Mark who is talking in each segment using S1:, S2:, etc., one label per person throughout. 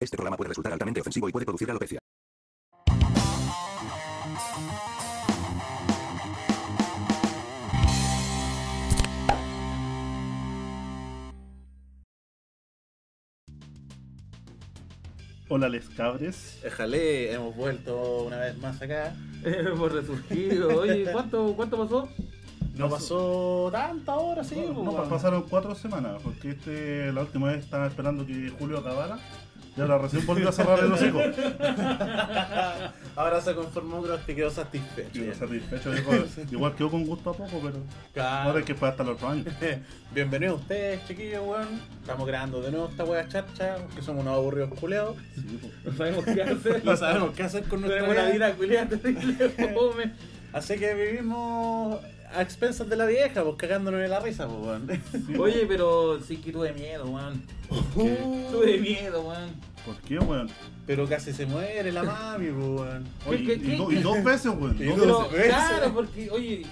S1: Este programa puede resultar altamente ofensivo y puede producir alopecia.
S2: Hola, les cabres.
S3: Déjale, hemos vuelto una vez más acá.
S4: Hemos resurgido. Oye, ¿cuánto, cuánto pasó?
S3: No pasó tanta hora, sí.
S2: No,
S3: pues,
S2: pa-
S3: weón.
S2: pasaron cuatro semanas, porque este, la última vez estaba esperando que Julio acabara. Y ahora recién volvió a cerrar el hocico.
S3: Ahora se conformó, creo que quedó satisfecho.
S2: Y satisfecho, igual, igual quedó con gusto a poco, pero
S3: Ah.
S2: ahora hay que esperar hasta los otros años.
S3: Bienvenidos a ustedes, chiquillos, weón. Estamos grabando de nuevo esta wea chacha, que somos unos aburridos culeados.
S2: Sí, pues.
S4: No sabemos qué hacer.
S3: No sabemos qué hacer con nuestra
S4: Tenemos una
S3: vida.
S4: vida culiada terrible. fome.
S3: Así que vivimos a expensas de la vieja, pues cagándonos de la risa, pues, weón.
S4: Oye, pero sí que tuve miedo, weón. Tuve miedo, weón.
S2: ¿Por qué, weón?
S3: Pero casi se muere la mami, pues, weón.
S2: Oye,
S4: ¿Qué,
S2: y,
S4: qué,
S2: y do-
S4: qué?
S2: y dos veces, weón.
S3: Y
S2: dos veces.
S3: dos-
S4: Pero,
S3: veces.
S4: claro, porque, oye,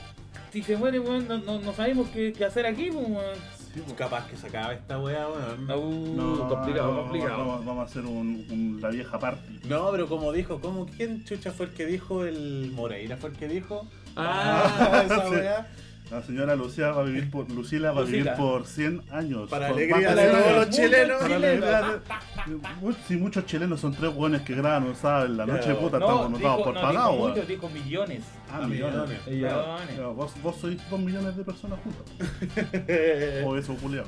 S4: si se muere, weón, no, no, no sabemos qué, qué hacer aquí, pues, weón.
S2: Sí, pues.
S3: Capaz que se acaba esta wea, weón.
S4: Uh,
S2: No,
S4: complicado,
S2: no,
S4: complicado.
S2: Vamos, vamos a hacer un, un- la vieja party.
S3: No, pero como dijo, ¿cómo? ¿Quién chucha fue el que dijo? El Moreira fue el que dijo.
S4: Ah,
S3: esa
S2: sí.
S3: weá.
S2: La señora Lucía va a vivir por, Lucila va a vivir
S4: Lucila.
S2: por 100 años.
S3: Para
S2: Por
S3: alegría
S2: más
S3: de
S2: alegría.
S3: todos los chilenos.
S2: Para la alegría de- Si muchos chilenos son tres hueones que graban un sábado en la noche,
S3: Claro.
S2: puta,
S4: No,
S2: estamos
S4: dijo,
S2: notados por
S4: no,
S2: pagado,
S4: dijo
S2: weón.
S4: mucho, dijo millones.
S2: Ah, millones.
S3: Claro.
S4: Millones.
S2: Pero Vos, vos sois dos millones de personas juntas. O eso, Julián.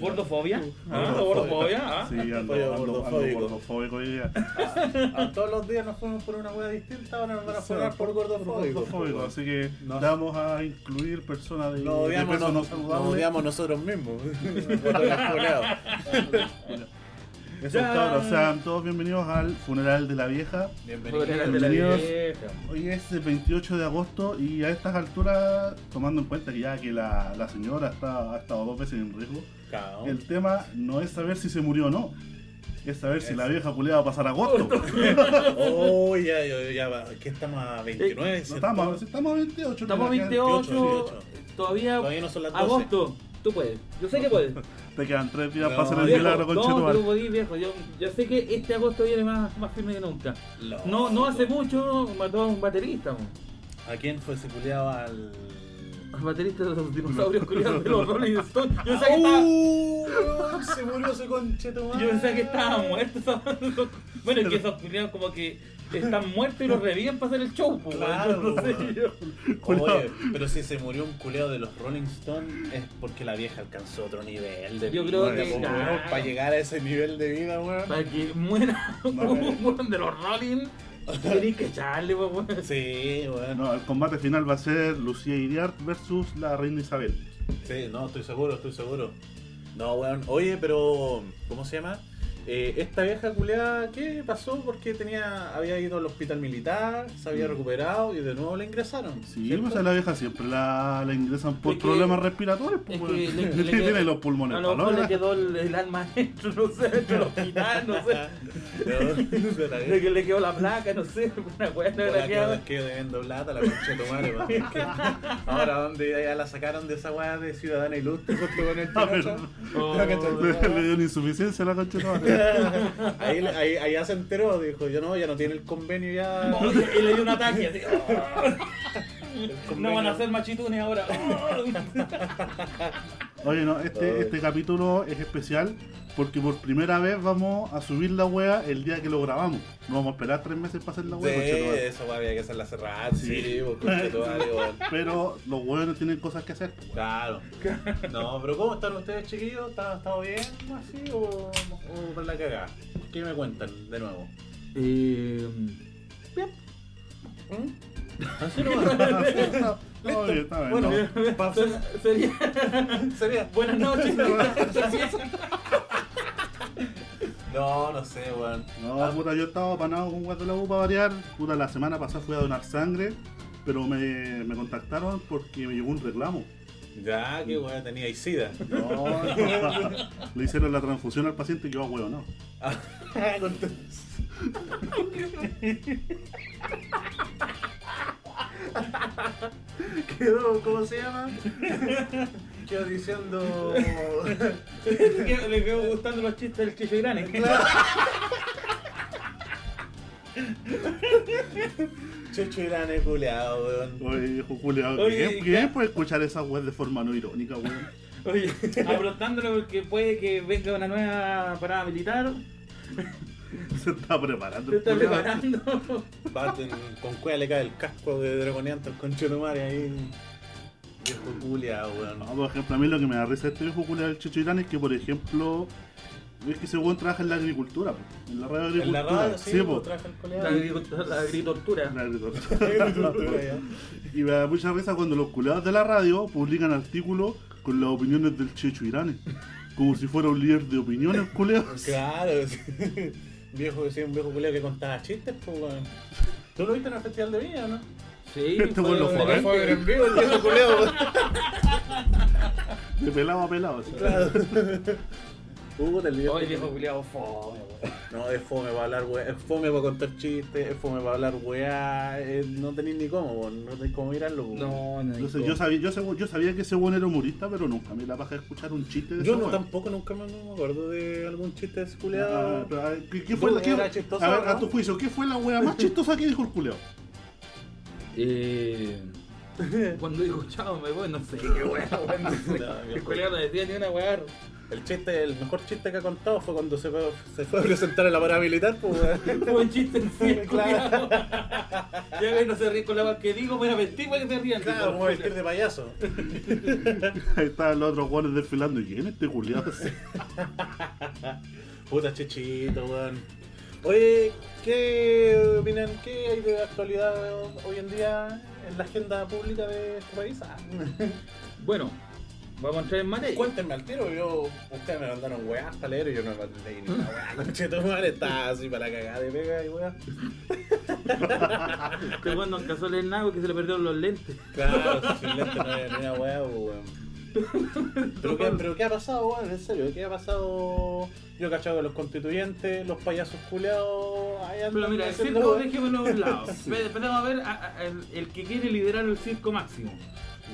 S4: ¿Gordofobia? ¿Ah? ¿Gordofobia? ¿Ah?
S2: Sí, ando,
S3: Oye,
S2: ando, ando,
S3: gordofóbico.
S2: gordofóbico hoy día.
S3: A ah, todos los días nos fuimos por una hueá distinta, ahora nos van a funar por gordofóbico.
S2: Gordofóbico, así que
S3: No.
S2: vamos a incluir personas de,
S3: Nos
S2: de
S3: odiamos,
S2: peso
S3: nos,
S2: no
S3: nos
S2: saludables.
S3: odiamos nosotros mismos. Gordones culeados.
S2: Esos
S4: Ya.
S2: cabros, sean todos bienvenidos al funeral de la vieja.
S3: Bienvenidos.
S4: Funeral de la
S2: Bienvenidos.
S4: vieja.
S2: Hoy es el 28 de agosto y a estas alturas, tomando en cuenta que ya que la, la señora está, ha estado dos veces en riesgo,
S4: Oh.
S3: Cagao.
S2: el tema no es saber si se murió o no, es saber si la vieja culiada va a pasar agosto.
S3: Oh, ya, ya, ya, va. ¿Qué estamos a 29?
S2: Eh, No
S3: ¿cierto?
S2: estamos, si estamos a 28.
S4: Estamos
S2: mira, quedan-
S4: 28,
S3: 28.
S4: todavía,
S3: Todavía no son las 12.
S4: agosto. Tú puedes, yo sé que puedes.
S2: Te quedan tres días
S3: No,
S2: para hacer el
S4: Viejo,
S2: milagro con
S4: no, tú podís, viejo. Yo, yo sé que este agosto viene más, más firme que nunca.
S3: Loco.
S4: No, no hace mucho mató a un baterista. mo.
S3: ¿A quién fue ese culeado al.?
S4: Al baterista de los dinosaurios culiados de los Rolling Stones. Yo pensaba que estaba,
S3: ¡Uh! weón, Se murió ese concheto,
S4: yo pensaba que estaba muerto. esa- Bueno, es que esos culiados como que están muertos y los reviven para hacer el show. po,
S3: Claro,
S4: weón. no sé
S3: weón.
S4: yo.
S3: Oye, pero si se murió un culeo de los Rolling Stones es porque la vieja alcanzó otro nivel de
S4: Yo
S3: vida.
S4: creo
S2: que-
S4: claro.
S3: Para llegar a ese nivel de vida, weón.
S4: Para que muera
S2: No,
S4: un weón de los Rolling, tenés que echarle, po, weón.
S3: Sí, weón.
S2: No, el combate final va a ser Lucía Iriart versus la reina Isabel.
S3: Sí, no, estoy seguro, estoy seguro. No, weón. Oye, pero. ¿Cómo se llama? Eh, esta vieja culeada, ¿qué pasó? Porque tenía, había ido al hospital militar, se había recuperado y de nuevo la ingresaron.
S2: Sí,
S3: ¿cierto?
S2: pues a la vieja siempre la, la ingresan por
S4: Es que-
S2: problemas respiratorios. Pues,
S4: es que
S2: weón.
S4: le- le
S2: tiene
S4: quedó-
S2: los pulmones
S4: A lo mejor
S2: para
S4: le quedó el, el alma dentro, no sé, dentro del hospital, no sé.
S3: No, de la
S4: Le, que- le quedó la placa, no sé, una weá no
S3: Hola,
S4: la
S3: que
S4: quedó.
S3: que debiendo plata la concha de tu madre, weón. Es que Ahora, ¿dónde ya la sacaron de esa weá de Ciudadana Ilustre junto con el Pinocho?
S4: Oh.
S3: La concha de tu
S2: Le, le
S3: madre.
S2: dio una insuficiencia a la concha de la madre.
S3: Ahí, ahí, ahí ya se enteró, dijo, yo no, ya no tiene el convenio ya.
S4: Oh, Y y le dio un ataque así.
S3: el
S4: oh.
S3: convenio.
S4: No van a ser machitunes ahora. oh.
S2: Oye, no, este, este capítulo es especial porque por primera vez vamos a subir la wea el día que lo grabamos. No vamos a esperar tres meses para hacer la
S3: Sí,
S2: wea, concha de tu madre.
S3: esa weá había que hacerla cerrada, sí,
S2: Sí.
S3: vos, concha de tu madre, weón.
S2: Pero los hueones tienen cosas que hacer. pues,
S3: Claro. No, pero ¿cómo están ustedes, chiquillos? ¿Está- ¿Han estado bien así o, o por la cagada? ¿Qué me cuentan de nuevo?
S4: Eh, bien.
S3: ¿Mm? Así nomás.
S2: weón. No, no, oye, está bien,
S3: Bueno,
S2: no.
S3: pa-
S4: Ser- Sería.
S3: sería.
S4: Buenas noches.
S3: No, no sé, weón.
S2: No, puta, yo estaba apanado con guas de la U para variar. Puta, la semana pasada fui a donar sangre, pero me, me contactaron porque me llegó un reclamo.
S3: Ya, qué weón, tenía ahí sida.
S2: No, le hicieron la transfusión al paciente y yo, huevo, no.
S3: Quedó, ¿cómo se llama? quedo diciendo.
S4: Que Le quedó gustando los chistes del ¿eh? Chicho Irane.
S3: Checho Irane, culeado, weón.
S2: Oye, viejo culiao,
S4: Oye,
S2: ¿quién,
S4: ¿y
S2: quién
S4: qué?
S2: puede escuchar esa web de forma no irónica, weón?
S4: Oye, aprontándolo porque puede que venga una nueva parada militar.
S2: Se está preparando.
S4: Se
S2: el
S4: está
S2: culiao.
S4: preparando.
S3: Baten, con cueva le cae el casco de dragoneante al conchetumare ahí. Viejo culeado,
S2: No,
S3: weón.
S2: por ejemplo, a mí lo que me da risa de este viejo culiao del Checho Irán es que, por ejemplo, es que ese weón trabaja en la agricultura, po, en la radio de
S3: En la
S2: agricultura.
S3: radio, sí,
S2: po.
S3: pues, traje el
S4: La,
S3: culeado.
S4: agricultura- la agritortura.
S2: En la agricultura.
S3: Ya.
S2: y me da mucha risa cuando los culiados de la radio publican artículos con las opiniones del Checho Irán. Como si fuera un líder de opiniones, culiao.
S3: Claro, sí. viejo, sí, un viejo culiao que contaba chistes, pues weón. ¿Tú lo viste en el festival de Viña, no?
S4: Sí,
S2: Este
S4: fue-
S2: bueno fue, ¿eh?
S4: fue-
S3: Fue en vivo el viejo culiao, weón.
S2: De pelado a pelado. o sea.
S3: Claro. Puta, el viejo.
S4: Oye, viejo culiado, fome, weón.
S3: No, es fome para hablar weá, es fome para contar chistes, es fome para hablar weá, eh, no tenéis ni cómo, weón, no tenéis cómo mirarlo. weón.
S4: No, no.
S2: Entonces, yo sabía, yo, segu- yo sabía que ese weón era humorista, pero nunca me la paja escuchar un chiste de
S3: Yo
S2: ese
S3: no,
S2: weón.
S3: tampoco nunca me me acuerdo de algún chiste de ese
S2: Ah,
S3: culiao.
S2: pero, a ver, ¿Qué, qué fue
S3: Bueno,
S2: la, qué-
S3: era chistoso,
S2: a, ver, a
S3: ¿no?
S2: tu juicio, ¿qué fue la wea más chistosa que dijo el culeo?
S4: Eh, Cuando digo chao, me voy, no sé qué weón, weón. no sé.
S3: No, viejo.
S4: El culiado no decía ni una weón.
S3: El chiste, el mejor chiste que ha contado fue cuando se fue, se fue a presentar en la parada militar, pues weón.
S4: Fue un chiste en sí, el
S3: Claro.
S4: culiado. Ya ves, no se ríe con la weón que digo, voy a vestir para que se rían.
S3: Claro, me voy a vestir de payaso.
S2: Ahí estaban los otros weones desfilando. ¿Y quién es este culeado?
S3: Puta chichito, weón. Oye, ¿qué opinan? ¿Qué hay de actualidad hoy en día en la agenda pública de este país? Ah,
S4: Bueno, vamos a entrar en materia.
S3: Cuéntenme al tiro, yo. Ustedes me mandaron weas para leer y yo no leí ni una wea. Noche tu madre está así para cagar de pega y wea.
S4: Este weón no alcanzó a leer nada porque se le perdieron los lentes.
S3: Claro, sin lente no hay ni una wea, pues, weón. Pero qué, pero qué ha pasado, weón, en serio, ¿qué ha pasado? Yo he cachado que los constituyentes, los payasos culeados, ahí andan
S4: Pero mira, el
S3: haciendo
S4: circo
S3: wea.
S4: dejémoslo a un lado. Ve- Empezamos a ver a- a- el, el que quiere liderar el circo máximo.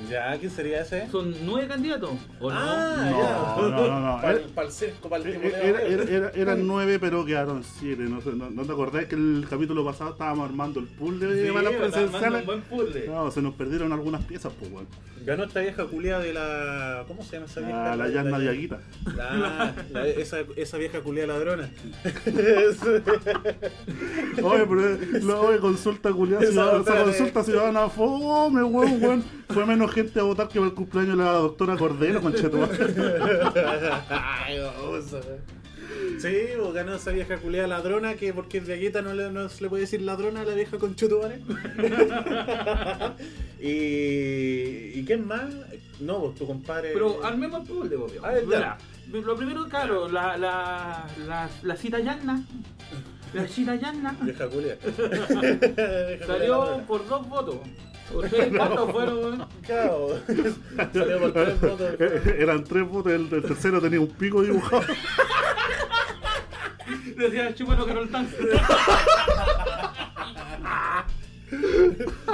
S3: Ya, ¿quién sería ese?
S4: ¿Son nueve candidatos? ¿O no?
S3: Ah,
S2: No, no,
S3: ya.
S2: no, no.
S3: Para,
S2: Era-
S3: el circo, para el timoneo.
S2: Eh, Era- era- era- eran nueve, pero quedaron siete. No, sé, no, ¿no te acordás que el capítulo pasado estábamos armando el pool de
S4: Sí,
S2: malas
S4: está armando
S2: presenciales?
S4: un buen puzzle.
S2: No, se nos perdieron algunas piezas, pues, weón.
S3: Ganó esta vieja culia de la. ¿Cómo se llama esa vieja?
S2: A Ah, la Yarna Diaguita.
S3: La, la- esa, esa vieja culia ladrona.
S2: Oye, pero la oye, consulta culiada,
S3: Esa
S2: ciudadana, esa
S3: doctora de-
S2: consulta ciudadana, fome, weón, weón. Fue menos gente a votar que para el cumpleaños de la doctora Cordero, conchetumare.
S3: Ay, baboso. Sí, pues, ganó esa vieja culia ladrona que porque Diaguita no, le- no se le puede decir ladrona a la vieja con chutubane. y, ¿Y quién más? No, pues, tu compadre.
S4: Pero al mismo puzzle, obvio.
S3: Ah, ya.
S4: Mira, Lo primero, claro, la, la, la, la cita llana. La cita llana
S3: Vieja culia.
S4: salió por dos votos. O tres votos fueron.
S3: Claro. Salió por tres votos.
S2: Eh, Eran tres votos, el, el tercero tenía un pico dibujado.
S4: Decía Chupano Carol Tanz.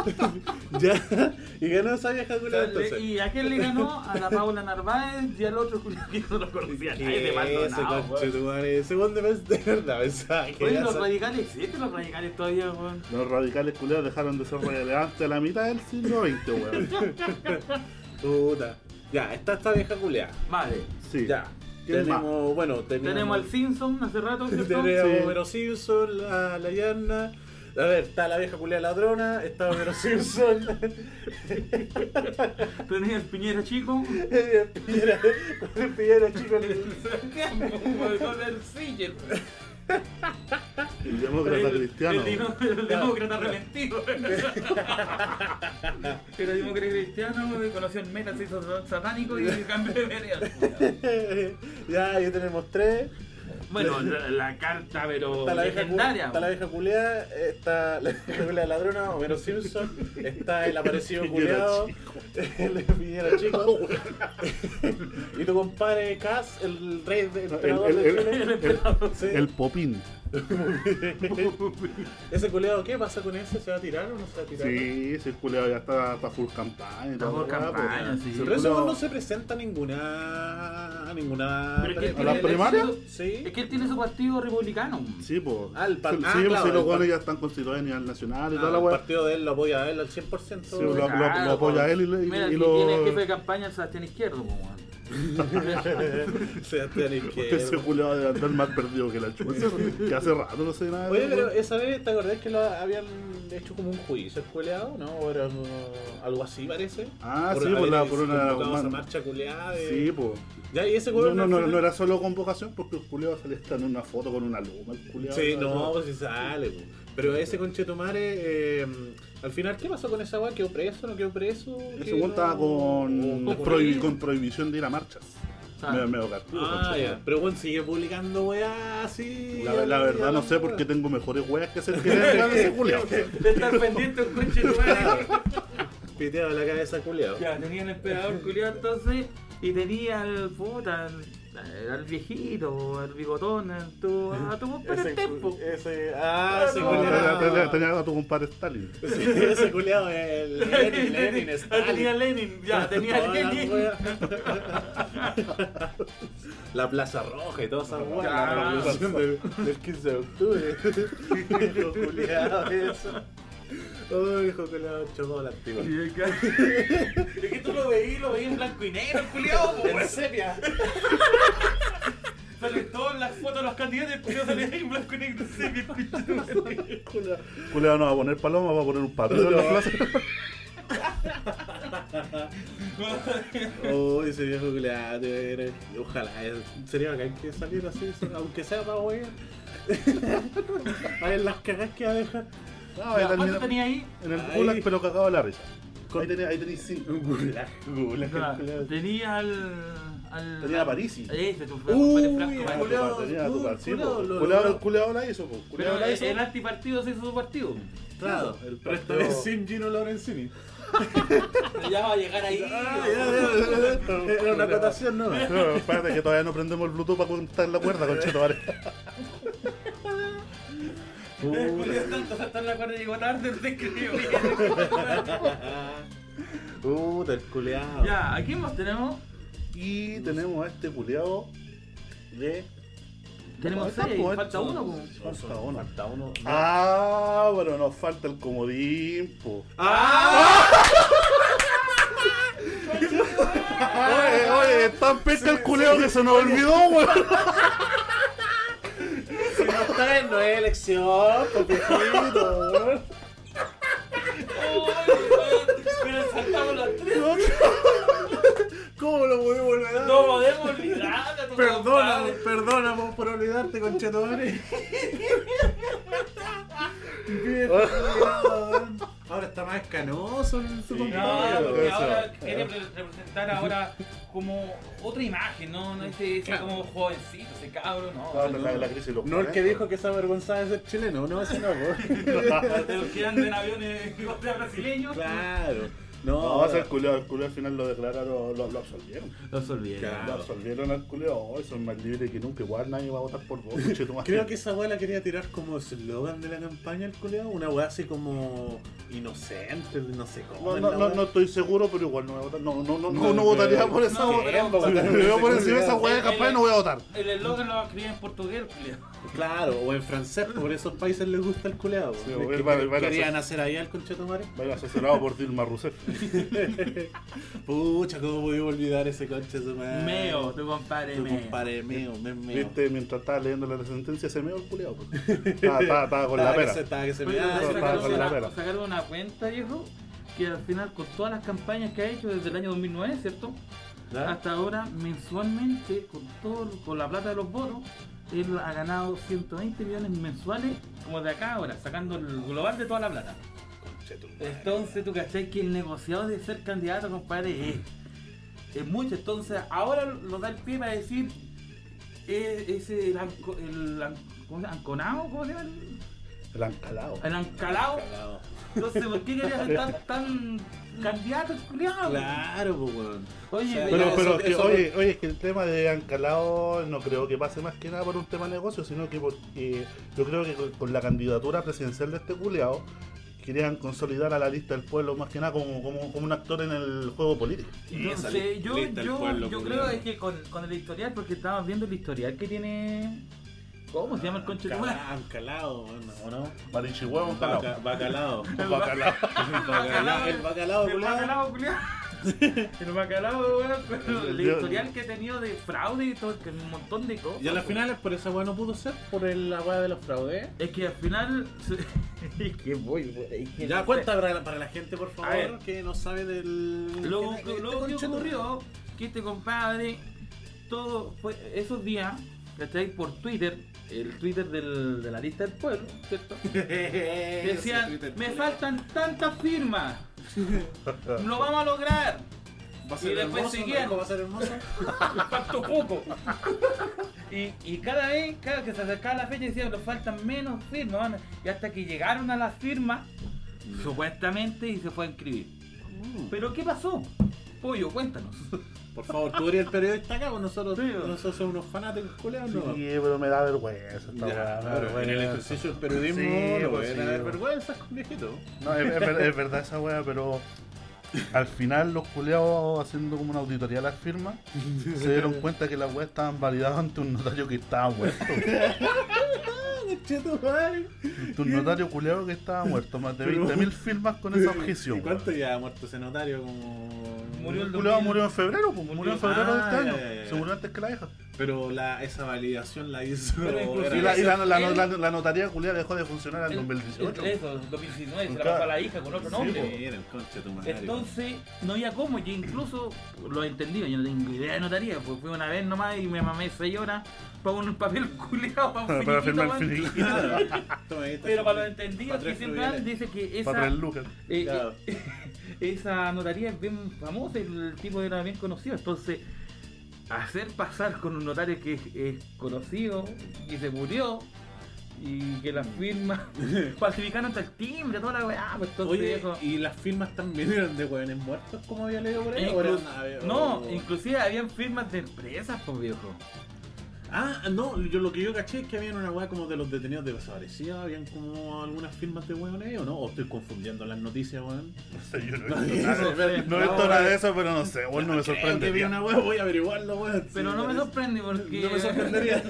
S3: Ya. Y ganó esa vieja culia entonces.
S4: Y aquel le ganó a la Paula Narváez y al otro culiao que no lo conocía. nadie de
S3: ese
S4: Maldonado,
S3: conche
S4: weón.
S3: tu madre, ese weón de pens- de verdad pensaba que
S4: Oye,
S3: era
S4: los
S3: esa-
S4: radicales existen los radicales todavía, weón.
S2: Los radicales culiados dejaron de ser relevantes a la mitad del siglo XX, weón.
S3: Puta. Ya, está esta vieja culia.
S4: Vale.
S2: Sí.
S3: Ya.
S2: ¿Quién
S3: Tenemos, bueno, tenemos.
S4: Tenemos al Simpson hace rato, ¿cierto?
S3: Tenemos
S2: Sí.
S3: Homero Simpson, la, la Yarna. A ver, está la vieja culia ladrona, está Homero Simpson.
S4: Tenía el Piñera Chico.
S3: el Piñera, el Piñera chico. el-
S4: el Siller.
S2: El demócrata cristiano.
S4: El,
S2: weón.
S4: dino- el demócrata arrepentido. Era demócrata cristiano, que conoció el meta, se hizo satánico y cambió de vereda.
S3: ya, ya tenemos tres.
S4: Bueno, la, la carta, pero
S3: Está la vieja, cu-
S4: legendaria.
S3: está la vieja culiada, está la vieja culiada ladrona, Homero Simpson, está el aparecido
S2: Piñera
S3: culiado, el piñera chico, y tu compadre Cass, el rey de
S2: El,
S3: emperador
S2: el, el,
S3: de Chile.
S2: el-
S3: Sí.
S2: el popín.
S3: ¿Ese culeado qué pasa con ese? ¿Se va a tirar o no se va a tirar?
S2: Sí, ese culeado ya está, está full campaña. y
S4: Está
S2: toda
S4: full
S2: la weá, po,
S4: campaña,
S2: weón.
S4: sí.
S2: Ese
S3: Pero ese
S2: culeado-
S3: weón no se presenta a ninguna. a ninguna.
S4: Pero es que
S2: ¿A
S4: él
S2: la
S4: tiene el
S2: primaria?
S4: éxito-
S3: Sí.
S4: Es que él tiene su partido republicano.
S2: Sí, pues.
S3: Ah, el par-
S2: sí,
S3: ah,
S2: sí,
S3: claro,
S2: sí, los
S3: el
S2: cuales
S3: par-
S2: ya están constituidos a nivel nacional y
S3: Ah,
S2: toda la
S3: el
S2: weá.
S3: partido de él lo apoya a él al 100%.
S2: Sí, lo- lo- lo apoya
S4: pues.
S2: él y le- y-
S4: Mira,
S2: y
S4: si
S2: lo-
S4: tiene jefe de campaña el Sebastián Izquierdo, pues, weón.
S3: Sebastián
S2: Ese
S3: Izquierdo.
S2: culeado debe andar más perdido que la chupa. que hace rato no sé nada. de
S3: Oye,
S2: él,
S3: pero
S2: weón.
S3: esa vez, ¿te acordás que lo habían hecho como un juicio el culeado? ¿No? O era uh, algo así, parece.
S2: Ah, sí, por la-
S3: haber
S2: por una-
S3: convocado esa
S2: man-
S3: marcha culeada. De...
S2: Sí, pues.
S3: Ya, y ese
S2: No,
S3: weón
S2: no,
S3: al
S2: no,
S3: final-
S2: no era solo convocación porque el culeado salía hasta en una foto con una luma. El culeado,
S3: Sí,
S2: ¿sabes?
S3: no, pues si sale. po. Pero ese conchetumare, eh, al final, ¿qué pasó con esa weá? ¿Quedó preso? ¿No quedó preso?
S2: Ese
S3: ¿Quedó-
S2: weón estaba con,
S3: o-
S2: con,
S3: o-
S2: prohibi- con prohibición de ir a marchas.
S4: Ah.
S2: Me, me castigo,
S3: Ah,
S2: concha,
S3: ya. Pero bueno, sigue publicando weá así.
S2: La, la verdad no sé por qué tengo mejores weas que hacer que leer a ese culeado.
S5: De estar pendiente un coche de madre.
S3: Piteaba la cabeza culeado.
S5: Ya, tenía el emperador
S4: Emperador Julián, entonces, y tenía al puta, al, al viejito, al bigotón, al tu, a tu compadre
S3: Ese,
S4: el tempo.
S3: cu- ese, ah, ese
S5: No,
S2: Tenía- tenía-
S3: culeado.
S2: Tenía a tu compadre Stalin.
S3: Sí, ese culeado es el Lenin, Lenin,
S5: Ah, tenía
S3: Stalin.
S5: Lenin, ya, tenía
S3: Toda la
S5: Lenin.
S3: wea. La Plaza Roja y toda esa weá.
S4: Ya,
S3: La revolución de- del 15 de octubre. Hijo culiado, eso. Oh, hijo culiado, chocó la antigua.
S5: Es que tú lo veí, lo veí en blanco y negro, culiado,
S3: En sepia.
S5: Salen todas las fotos de los candidatos y el culiao sale ahí en blanco y negro. Sí, bien pinche tu madre.
S2: Culeado no va a poner paloma, va a poner un patrón en la plaza.
S3: Oh, ese viejo culiado. era- Ojalá, eh, sería bacán que saliera así, aunque sea para weón. A ver las cagas que va a dejar.
S2: No,
S4: Ya,
S2: era
S4: ¿Cuánto
S2: en,
S4: tenía ahí?
S2: en el
S3: Ah, Ahí.
S2: gulag, pero cagado de la risa. Ahí tenía- ahí tenéis cinco.
S3: Un gulag, gulag,
S4: Ya,
S3: culiao.
S4: Tenía al. al
S2: Tenía a Parisi.
S4: Ese, tu
S3: Uy,
S4: compadre
S3: al
S4: Franco.
S2: Ah,
S4: vale.
S2: tu
S3: culeado,
S2: padre, tenía a tu
S3: uh,
S2: padre, sí,
S3: culeado,
S2: po.
S3: lo-
S2: Culeado-
S3: lo-
S2: el culeado la hizo, po. Culeado
S4: Pero
S2: la
S4: el,
S2: hizo.
S4: el antipartido se hizo su partido.
S3: Claro, el partido de Sin Gino Lorenzini.
S5: Ya va a llegar ahí.
S3: Ah, Era una acotación nueva.
S2: No, espérate que todavía no prendemos el Bluetooth para contar la cuerda, concheto, vale.
S5: El culiao tanto saltó en la cuerda y llegó tarde, te creo.
S3: Puta, el culeado.
S4: Ya, ¿a quién más tenemos?
S2: Y tenemos a este culeado de.
S4: Tenemos
S2: Falta,
S4: seis,
S2: pues,
S4: falta
S2: son-
S4: uno. pues.
S2: Falta uno.
S3: Falta uno.
S2: Ah, pero nos falta el comodín, po.
S3: Ah,
S2: Oye, oye, es tan pesca el culeo que se nos olvidó, weón.
S3: Si no está en no es elección, pues, porque
S5: Pero saltamos los tres.
S3: ¿Cómo lo podemos olvidar?
S5: No podemos olvidar a tu compadre.
S3: Perdóname, perdóname por olvidarte, conchetomare. Viejo culiao, weón. Ahora está más canoso el su
S5: No, porque
S3: compadre.
S5: ahora quiere re- representar ahora como otra imagen, ¿no? No ese, ese como jovencito, ese cabro, no.
S4: Ah,
S2: crisis loca.
S3: No el que dijo que se avergonzaba de ser chileno, no, ese no, po.
S5: De los que andan en aviones de brasileños.
S3: Claro. No,
S2: No, va a
S3: ahora-
S2: ser el culeo, el culeo al final lo declararon, lo, lo absolvieron.
S4: Los olvidé.
S3: Claro.
S2: Lo absolvieron al culeo, hoy son más libres que nunca, igual nadie va a votar por vos, concheto, madre.
S3: Creo que esa weá la quería tirar como eslogan de la campaña el culeado, una weá así como inocente, no sé cómo.
S2: No,
S3: es
S2: no,
S3: la
S2: no,
S3: weá.
S2: no estoy seguro, pero igual no voy a votar. No, no, no, no,
S3: No,
S2: no
S3: no,
S2: votaría
S3: no.
S2: por esa
S5: No,
S2: weá.
S5: no,
S2: Si me voy por encima de esa weá de campaña no voy a votar.
S5: El eslogan lo escribí en portugués, Julio.
S3: Claro, o en francés, por esos países les gusta el culeado.
S2: Sí,
S3: Es
S2: weón,
S3: que-
S2: vale, vale,
S3: querían
S2: sí.
S3: hacer ahí al conchetumare.
S2: Vaya, asesorado por Dilma Rousseff.
S3: Pucha, cómo voy a olvidar ese conchetumare.
S4: Meo, tu compadre
S3: Tu
S4: Meo.
S3: compadre, meo, me meo.
S2: Viste, mientras estaba leyendo la sentencia, se meó el culiao. pues. Estaba, estaba, estaba con la
S3: Estaba que
S2: pera.
S3: se- estaba que se
S4: Oye,
S3: me
S2: Ah, sí,
S4: ¿no sacaron,
S2: con la
S4: una,
S2: pera.
S4: sacaron una cuenta, viejo, que al final con todas las campañas que ha hecho desde el año 2009, ¿cierto?
S3: ¿Ya?
S4: Hasta ahora, mensualmente, con todo, con la plata de los bonos, él ha ganado 120 millones mensuales, como de acá ahora, sacando el global de toda la plata.
S3: Conchetumare.
S4: Entonces, tú cachai que el negociado de ser candidato, compadre, es, es mucho. Entonces, ahora lo da el pie para decir, eh, ese, el, anco- el an- ¿cómo se llama? anconado, ¿cómo se llama? El-
S2: El ancalado.
S4: El ancalao.
S3: Cagado.
S4: Entonces, ¿por qué querías estar tan candidatos culiados.
S3: Claro, pues, weón.
S4: Oye,
S3: O sea,
S2: Pero,
S3: Ya, eso-
S2: pero es que,
S3: eso-
S2: oye, oye, es que el tema de Ancalao no creo que pase más que nada por un tema de negocio, sino que por- eh, yo creo que con, con la candidatura presidencial de este culeado querían consolidar a la lista del pueblo más que nada como, como, como un actor en el juego político.
S3: Esa
S4: Entonces, yo,
S3: lista del
S4: yo,
S3: pueblo,
S4: yo
S3: culiao.
S4: creo es que con, con el historial, porque estábamos viendo el historial que tiene. ¿Cómo se llama el concho de tu madre?
S3: Ancalao, Ancalao, weón, ¿o no?
S2: Marichihuevo,
S3: Baca-
S2: Ancalao.
S3: Bacalao.
S2: Bacalao.
S3: Bacalao, El bacalao,
S4: El
S3: culiao.
S4: bacalao, culiao. El bacalao, weón. pero El
S2: Dios.
S4: historial que he tenido de fraude y todo, que un montón de cosas.
S3: Y a las
S4: weón.
S3: finales por esa weá no pudo ser, por el- la weá de los fraudes.
S4: Es que al final. se- es que voy, weón, es que no
S3: Ya
S4: sé.
S3: cuenta para la, para la gente, por favor,
S4: A ver.
S3: que no sabe del.
S4: Lo,
S3: que-
S4: lo-
S3: este
S4: lo que
S3: conchetumare.
S4: ocurrió que este compadre, todo fue esos días, ¿cachai? Por Twitter, el Twitter del- de la lista del pueblo, ¿cierto? Decían, me faltan tantas firmas, lo vamos a lograr.
S3: Va a ser
S4: y después
S3: hermoso,
S4: seguían.
S3: Marco, va a ser hermoso.
S4: faltó poco. Y, y cada vez, cada que se acercaba la fecha decían, nos faltan menos firmas. van a-". Y hasta que llegaron a las firmas, supuestamente, y se fue a inscribir. Pero ¿qué pasó? Pollo, cuéntanos.
S3: Por favor, tú eres el periodista acá, pues nosotros,
S4: Sí.
S3: nosotros somos unos fanáticos culeados,
S2: Sí,
S3: ¿no?
S2: pero me da vergüenza. esta
S3: Ya,
S2: weá, me da
S3: claro, en el
S2: vergüenza.
S3: ejercicio del periodismo
S2: Sí, pues,
S3: no pueden
S2: sí,
S3: haber
S2: pues.
S3: vergüenzas con viejito.
S2: No, es, es ver- es verdad esa wea, pero al final los culeados haciendo como una auditoría a las firmas se dieron cuenta que las weas estaban validadas ante un notario que estaba muerto. Ante un notario culeado que estaba muerto. Más de
S3: Pero-
S2: 20.000 firmas con esa
S3: ¿Y
S2: objeción.
S3: cuánto ya ha muerto ese notario? Como...
S4: Murió el
S2: El culeado
S4: 2000.
S2: murió en febrero, pues, murió en febrero de este
S3: Ah,
S2: año.
S3: ya, ya, ya.
S2: Se murió antes que la hija.
S3: Pero la, esa validación la hizo.
S4: Pero inclusive
S2: Y
S3: era-
S2: la, y la- la-
S4: él-
S2: la- la notaría culeada dejó de funcionar en
S4: El-
S2: 2018.
S4: el- Eso, 2019, se la
S2: Claro.
S4: pasó a la hija con otro
S3: Sí,
S4: nombre.
S3: era el conche tu madre.
S4: Entonces, no había cómo, yo incluso lo he entendido, yo no tengo idea de notaría, pues fui una vez nomás y me mamé 6 horas para un papel culiado, para un
S2: Para
S4: finiquito,
S2: firmar el
S4: weón.
S2: finiquito.
S3: Toma, ahí está.
S4: Pero para los entendidos
S3: Para
S4: que
S3: tres
S4: siempre
S3: fluviales.
S4: dan, dice que
S2: Para
S4: esa,
S2: traer lucas.
S4: eh,
S3: Claro.
S4: eh, esa notaría es bien famosa, el tipo era bien conocido, entonces hacer pasar con un notario que es, es conocido y se murió y que las firmas falsificaron hasta el timbre, toda la weá, pues entonces
S3: Oye,
S4: eso-
S3: ¿y las firmas también eran de hueones muertos, como había leído por ahí? ¿O
S4: Inclu-
S3: eran- a ver,
S4: no,
S3: o-
S4: inclusive habían firmas de empresas, pues viejo.
S3: Ah, no, yo lo que yo caché es que habían una hueá como de los detenidos de desaparecidos, habían como algunas firmas de hueones, ¿o no? ¿O estoy confundiendo las noticias, hueón?
S2: No sé, yo no he
S3: No,
S2: visto nada.
S4: sé,
S2: No he
S4: no,
S2: visto nada de eso, pero no sé, bueno, no me
S3: Creo
S2: sorprende.
S3: que vi una hueá, voy a averiguarlo, hueón.
S4: Pero
S3: Sí,
S4: no me
S3: parece-
S4: sorprende porque...
S3: No me sorprendería.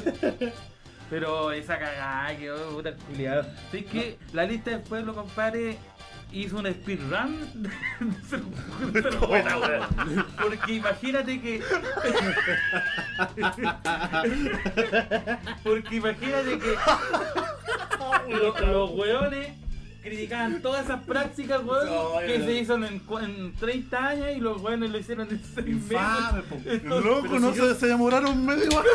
S4: Pero esa cagada que oh, puta el culiado. Así que la lista del pueblo, compadre, hizo un speedrun de ser- de ser buena, weón. Porque imagínate que. Porque imagínate que los, los weones criticaban todas esas prácticas, weón,
S3: No,
S4: que
S3: no.
S4: se hicieron en, cu- en 30 años y los weones lo hicieron en 6 meses.
S3: Infame, po.
S2: Loco,
S3: Pero
S2: no
S3: si
S2: se,
S3: yo-
S2: se demoraron medio año.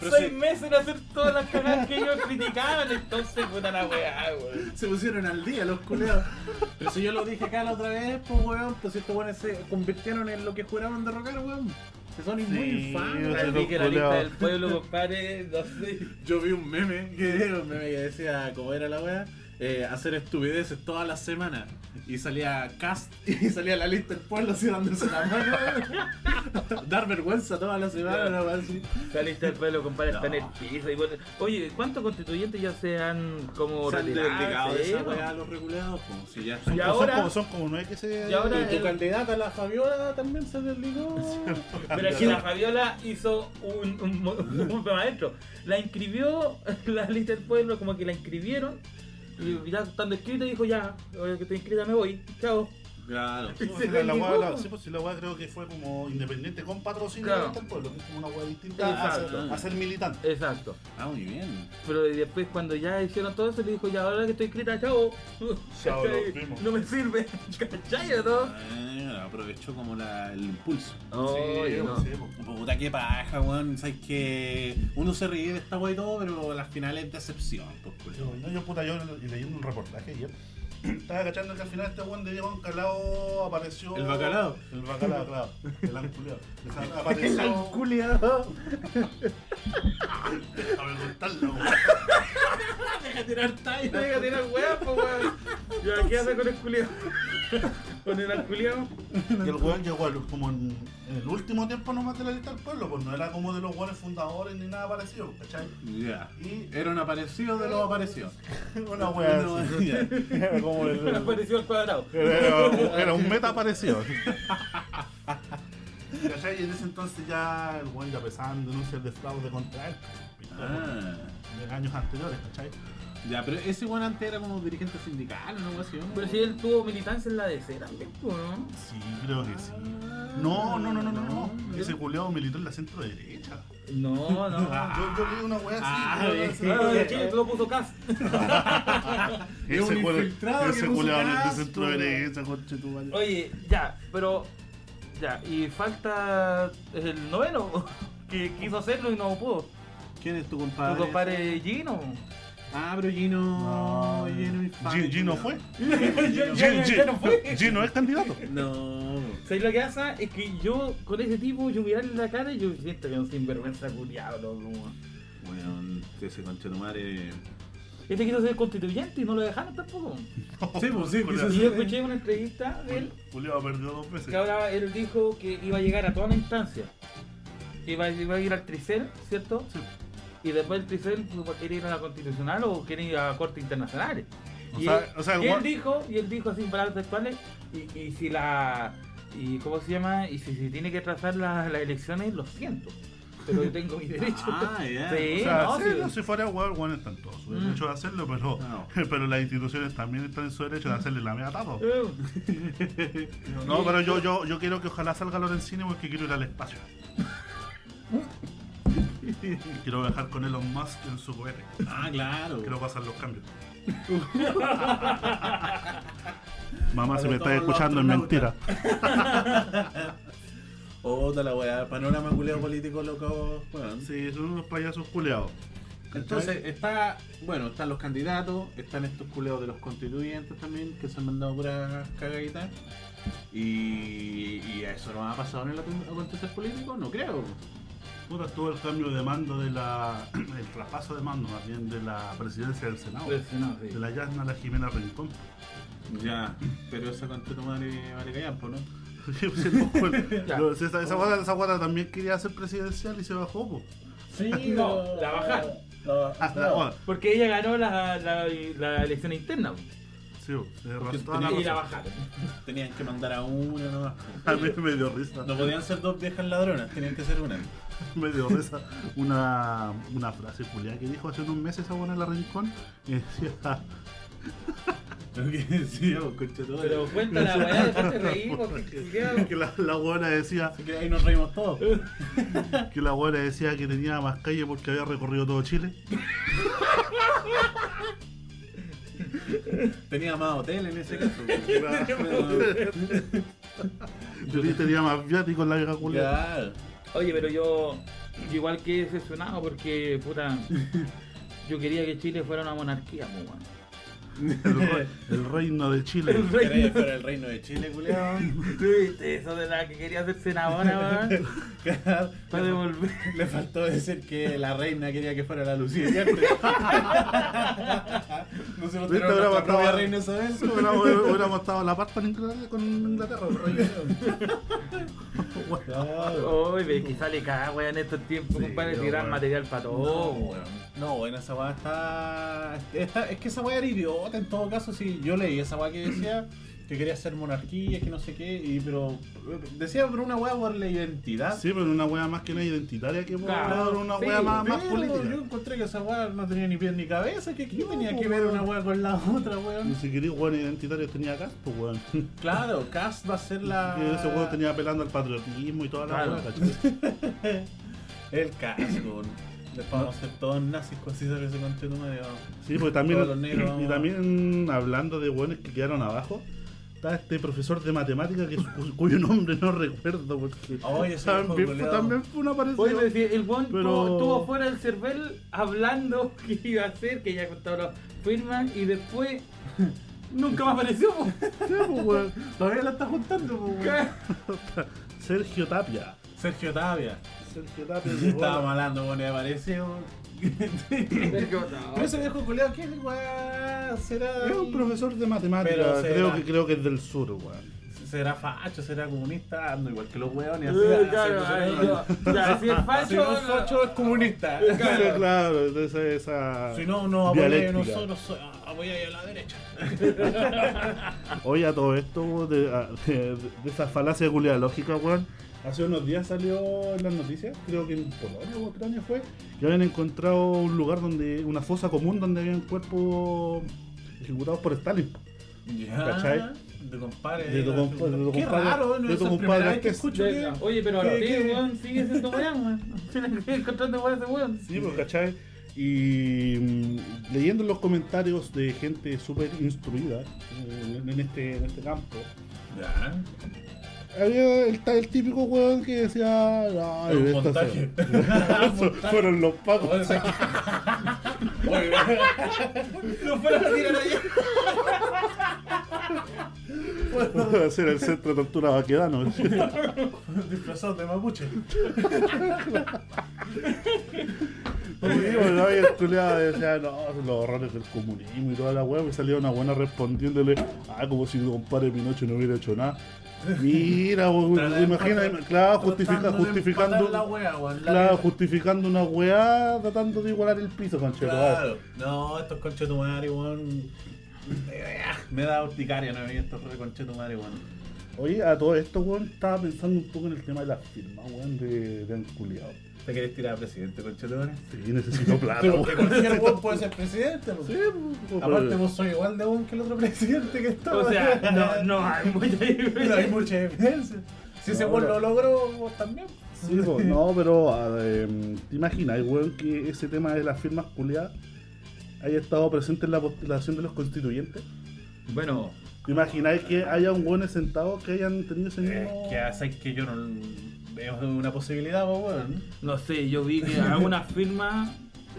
S3: Pero
S4: 6
S3: si-
S4: meses en hacer todas las cagadas que ellos criticaban, entonces puta la weá, weón.
S3: Se pusieron al día los culeados. Pero si yo lo dije acá la otra vez, pues weón, pues estos weones se convirtieron en lo que juraban derrocar, weón. Se son muy
S2: Sí,
S3: infames.
S2: o sea,
S4: Así que la
S2: Culeado.
S4: lista del pueblo, compadre, no sé.
S3: Yo vi un meme que era un meme que decía cómo era la wea. eh, hacer estupideces todas las semanas y salía cast y salía la lista del pueblo así dándose la mano weón. dar vergüenza todas las semanas una wea así.
S4: La lista del pueblo, compadre, está en el
S3: No.
S4: piso. y bueno, oye, ¿cuántos constituyentes ya se han como
S3: se han desligado
S4: retirado?
S3: de
S4: Sí,
S3: esa
S4: bueno.
S3: wea ah, los regulados como si ya
S4: Y
S2: Son
S4: ahora-
S2: como- son como nueve que se.
S4: y ahora-
S3: Y tu
S4: el-
S3: candidata, la Fabiola, también se desligó.
S4: Pero que la Fabiola hizo un, un, mo- un maestro. La inscribió la lista del pueblo, como que la inscribieron. Y ya estando escrita, dijo ya, ahora que estoy inscrita me voy. Chao.
S3: Claro.
S4: Y
S2: No,
S4: se
S2: si la- la
S4: desligó.
S2: weá- la- sí, pues, si la weá creo que fue como independiente con patrocinio
S4: Claro.
S2: del pueblo, que es como una weá distinta a ser,
S4: Exacto.
S2: a ser militante.
S4: Exacto.
S3: Ah, muy bien.
S4: Pero después cuando ya hicieron todo eso le dijo, ya ahora que estoy escrita, chao.
S2: Chao,
S4: ¿Cachai?
S2: nos vimos.
S4: No me sirve. ¿Cachai o no?
S3: Ah, aprovechó como la- el impulso.
S4: Oye, no.
S2: sí, pues.
S3: Puta que paja, weón. Sabes que uno se ríe de esta wea y todo, pero las finales es decepción, pues,
S2: Yo,
S3: culiao.
S2: no, yo, puta, yo le- leyendo un reportaje ayer. Estaba cachando que al final este weón de Diego Ancalao apareció.
S3: ¿El bacalao?
S2: El bacalao, claro. El anculeado. Apareció.
S3: El culiado.
S2: Déjame contarlo, weón.
S3: Deja tirar talla.
S4: Déjate la weá, po weón. ¿Y ahora qué hace con el culiado? Con el alculeado.
S2: Y el weón llegó al- como en, en el último tiempo nomás de la lista del pueblo, pues no era como de los weones fundadores ni nada parecido, ¿cachai?
S6: Ya.
S2: Y
S6: Era un aparecido de los aparecidos.
S2: una wea así.
S6: Ya.
S2: Era como el-
S4: Apareció al cuadrado.
S2: era, era un meta parecido. ¿Cachai? Y en ese entonces ya el weón ya pesaban denuncias de fraude contra él,
S6: Ah.
S2: de años anteriores, ¿cachai?
S6: Ya, pero ese weón antes era como dirigente sindical, ¿no? Algo así, ¿no?
S4: Pero si él tuvo militancia en la DC también, po, ¿no?
S2: Sí, creo que sí. No, no, no, no, no, no. Ese culeado militó en la centro derecha.
S4: No, no. Ah,
S2: Yo, yo leí una wea así.
S6: Ah,
S2: pero
S6: bien.
S2: no sé.
S4: de Chile te lo puso Cas.
S6: Es un
S2: Ese cule-
S6: infiltrado que
S2: Ese
S6: puso
S2: culeado es de
S6: casco.
S2: centro derecha, coche tu madre.
S4: Oye, ya, pero. Ya, y falta el noveno que quiso hacerlo y no pudo.
S6: ¿Quién es tu compadre?
S4: Tu compadre Gino.
S6: Ah, pero Gino.
S2: No,
S6: Gino Infante.
S2: Gi- Gino fue.
S4: Ya-
S2: Gino,
S4: ya- ya no fue.
S2: Gi- Gino es candidato.
S6: No.
S4: ¿Sabes lo que pasa? Es que yo con ese tipo, yo mirarle la cara y yo siento que es un sinvergüenza culiado, loco.
S6: Weón, ese conchetumare.
S4: Este quiso ser constituyente y no lo dejaron tampoco.
S6: Sí, pues sí,
S2: Culeado-
S4: Y yo escuché una entrevista de él
S2: Culeado perdió dos veces.
S4: que ahora él dijo que iba a llegar a toda la instancia. Iba, iba a ir al Tricel, ¿cierto?
S2: Sí.
S4: Y después el Tricel pues, quería ir a la Constitucional o quería ir a Cortes Internacionales.
S2: O
S4: y
S2: sea-
S4: él,
S2: o sea, el
S4: y él
S2: guan-
S4: dijo, y él dijo así en palabras textuales, y, y si la... Y ¿Cómo se llama? Y si se tiene que trazar la- las elecciones, lo siento. Pero yo tengo mi derecho.
S6: Ah, ya.
S4: Sí,
S2: O sea,
S4: no,
S2: sí,
S4: sí.
S2: no, si fuera weón, el weón está en todo su
S4: Mm.
S2: derecho de hacerlo, pero,
S6: No.
S2: pero las instituciones también están en su derecho de hacerle la media tapa.
S4: Eh,
S2: No, pero yo, yo, yo quiero que ojalá salga Lorenzini porque quiero ir al espacio. quiero viajar con Elon Musk en su cohete.
S6: Ah, claro.
S2: Quiero pasar los cambios. Mamá, si me
S6: Todos
S2: estás
S6: los
S2: escuchando es mentira.
S6: astronautas. Otra la weá, panorama culeo político loco, weón.
S2: Sí, son unos payasos culeados.
S6: Entonces, está, bueno, están los candidatos, están estos culeos de los constituyentes también, que se han mandado puras cagaditas. Y, y eso no ha pasado en el acon- acontecer político, no creo.
S2: Puta, estuvo el cambio de mando de la. el traspaso de mando más bien de la presidencia del Senado.
S4: pues, no, sí.
S2: De la Yasna a la Jimena Rincón.
S6: Ya, pero esa concha tu madre vale callar, po, ¿no?
S2: Sí, pues, el cual-
S4: Ya. Oh.
S2: lo- si esa, esa guata- esa guata también quería ser presidencial y se bajó, po.
S6: Sí,
S4: no, la bajaron.
S2: Ah, la guata.
S4: Porque ella ganó la, la- la elección interna po,
S2: Sí, pues, po, tenés
S6: Porque
S2: razón, toda la
S4: y la
S2: razón.
S4: bajaron.
S6: Tenían que mandar a una nomás. po.
S2: A mí me dio risa.
S6: No podían ser dos viejas ladronas, tenían que ser una.
S2: Me dio risa una, una frase culiada que dijo hace unos meses esa buena la Rincón. Y decía.
S6: Lo que decía, po, concha tu madre.
S4: Pero cuenta la weá, después te reí, porque culiao.
S2: Que la, la buena decía.
S6: Así que ahí nos reímos todos.
S2: Que la abuela decía que tenía más calle porque había recorrido todo Chile.
S6: Tenía más hotel en ese caso.
S2: Yo sí tenía más viático en la vieja culia.
S6: Claro.
S4: Oye, pero yo yo igual que decepcionado porque, puta, yo quería que Chile fuera una monarquía, po, weón.
S2: El, re- el reino de Chile.
S4: El
S6: Queréis
S4: reino.
S6: fuera el reino de Chile, culiao.
S4: ¿Viste eso de la que quería ser senadora, weón?
S6: Claro.
S4: Para devolver.
S6: Le faltó decir que la reina quería que fuera la Lucía. no se nos
S2: ¿Viste?
S6: tiró
S2: Ahora
S6: nuestra
S2: mataba-
S6: propia reina esa vez.
S2: Hubiéramos hubiéramos estado a la par con Inglaterra. Con Inglaterra pero yo-
S6: Claro.
S4: Oye, ve que sale cada weá en estos tiempos,
S2: Sí,
S4: compadre,
S2: yo,
S4: tirar
S2: weón.
S4: material para todo, weón.
S6: No, bueno, esa weá está... está- Es que esa weá era idiota en todo caso. Si yo leí esa weá que decía que quería ser monarquía, que no sé qué, y pero decía por una weá por la identidad.
S2: Sí, pero una wea más que una identitaria que por
S4: Claro,
S2: una
S4: sí,
S2: wea más, más
S6: Pero Yo
S2: política.
S6: encontré que esa weá no tenía ni pies ni cabeza, que aquí
S2: No,
S6: tenía
S2: po,
S6: que ver
S2: weón.
S6: una weá con la otra,
S2: Ni
S6: weón.
S2: si querés weón identitarios tenía acá, pues weón.
S6: Claro, Cass va a ser la.
S2: Y Ese weón tenía apelando al patriotismo y toda la
S4: Claro.
S2: wea, ¿cachai?
S6: El Cass, weón. Después vamos a ser todos nazis con César ese conche tu madre, vamos.
S2: Sí, porque también.
S6: Todos los negros, vamos.
S2: Y también hablando de weones que quedaron abajo. Está este profesor de matemática que su- cuyo nombre no recuerdo porque
S6: Ay, ese viejo
S2: también, fue,
S6: culiao.
S2: también fue una parecida.
S4: Oye, pero si el weón
S2: Pero-
S4: estuvo- estuvo fuera del cervel hablando que iba a hacer, que ya contaba la firma y después nunca más apareció. po.
S2: Sí, pues, weón.
S6: Todavía la está juntando,
S2: pues,
S6: po, weón.
S2: Sergio Tapia.
S6: Sergio Tapia.
S2: Sergio Tapia.
S6: Estaba malando, weón, y aparece, weón. Pero ese viejo culiao, ¿qué weá será?
S2: Es un profesor de matemáticas,
S6: Pero
S2: creo
S6: será.
S2: que, creo que es del sur, weón.
S6: ¿Será facho? ¿Será comunista? Ando igual que los weones. Así,
S4: Eh,
S6: así,
S4: claro,
S6: así,
S4: ahí
S6: así.
S4: yo- ya, Si es
S6: Si no es
S4: facho,
S6: facho, es comunista.
S2: Claro, claro, entonces esa.
S6: Si no, no apoyáis a
S2: Dialéctica.
S6: nosotros, so- apoyáis a la derecha.
S2: Oye, a todo esto de, a- de- de esa falacia culia lógica, weón. Hace unos días salió en las noticias, creo que en Polonia o Ucrania fue, que habían encontrado un lugar donde, una fosa común donde habían cuerpos ejecutados por Stalin.
S6: Ya.
S2: ¿Cachai?
S6: De compadre.
S2: De tu compa- de tu
S6: Eh, Qué
S2: compadre-
S6: raro, no
S2: de
S6: es
S2: tu
S6: la
S2: compadre
S6: primera vez que
S2: Artes.
S6: escucho que...
S4: Oye, pero
S6: ¿Qué-
S4: ahora ti,
S6: qué?
S4: weón, sigue siendo weón, weón. Sigue encontrando weón ese weón.
S2: Sí, pues, ¿cachai? Y mm, leyendo los comentarios de gente súper instruida eh, en este, en este campo,
S6: Ya.
S2: había el, ta- el típico weón que decía. "Ay,
S6: Era un
S2: esta
S6: montaje.
S2: se- Eso, fueron los pacos.
S6: Oye, sé que- Oye, No fueron a tirar allá.
S2: Vamos a hacer el centro de tortura vaquedano.
S6: Disfrazados de mapuche.
S2: bueno, y el culiado decía, no, son los horrores del comunismo y toda la wea. Y salía una buena respondiéndole, ah, como si tu compadre Pinocho no hubiera hecho nada. Mira,
S6: Tratando
S2: weón,
S6: de
S2: imagina,
S6: empatar-
S2: claro, justifica,
S6: tratando de empatar la
S2: justificando.
S6: wea, weón, la
S2: Claro,
S6: neta.
S2: justificando una weá, tratando de igualar el piso, conchero.
S6: Claro. No, estos conchetumares, weón. Eh, Me da urticaria, no vi estos conchetumares, weón.
S2: Oye, a todo esto, weón, estaba pensando un poco en el tema de las firmas, weón, de, de culiado.
S6: ¿Te querés tirar a presidente, conchetumares?
S2: Sí, necesito plata,
S6: Pero
S2: weón.
S6: que cualquier weón puede ser presidente, weón.
S2: Sí, pues,
S6: Aparte
S2: pero-
S6: vos sois igual de weón que el otro presidente que está.
S4: O sea, no, no hay mucha
S6: No hay
S4: diferencia.
S6: mucha evidencia. Si ese
S2: No,
S6: weón
S2: no.
S6: lo logró, vos también.
S2: Sí, pues, no, pero a- em, te imaginas, weón, que ese tema de las firmas culiadas haya estado presente en la postulación de los constituyentes.
S4: Bueno,
S2: ¿Te imagináis que haya un buen sentado que hayan tenido ese
S6: Es
S2: mismo.
S6: que ah. hace que yo no veo una posibilidad, pues, weón.
S4: no sé, yo vi que algunas firmas,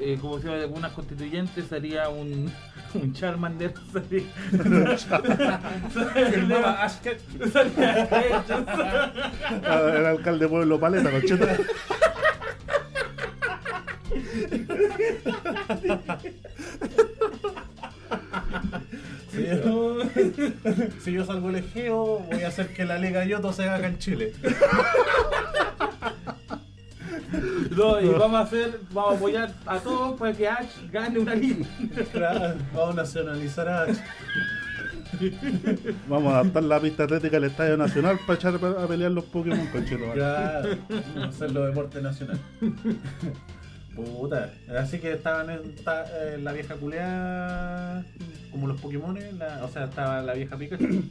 S4: eh, como se llama, de algunas constituyentes, salía un, un Charmander. Salía,
S6: Firmaba
S4: salía,
S6: Ashket.
S4: salía Hedges.
S2: Ah, El alcalde de Pueblo Paleta, concheta.
S6: Si yo, si yo salgo el Egeo, voy a hacer que la Liga Yoto se haga acá en Chile.
S4: No, y vamos a hacer, vamos a apoyar a todos para que Ash gane una liga.
S6: Claro, vamos a nacionalizar a Ash.
S2: Vamos a adaptar la pista atlética al Estadio Nacional para echar a a pelear los Pokémon, conchero.
S6: Claro, vamos a hacerlo deporte nacional. Puta. Así que estaban en, esta- eh, la vieja culea como los Pokémon, o sea, estaba la vieja Pikachu.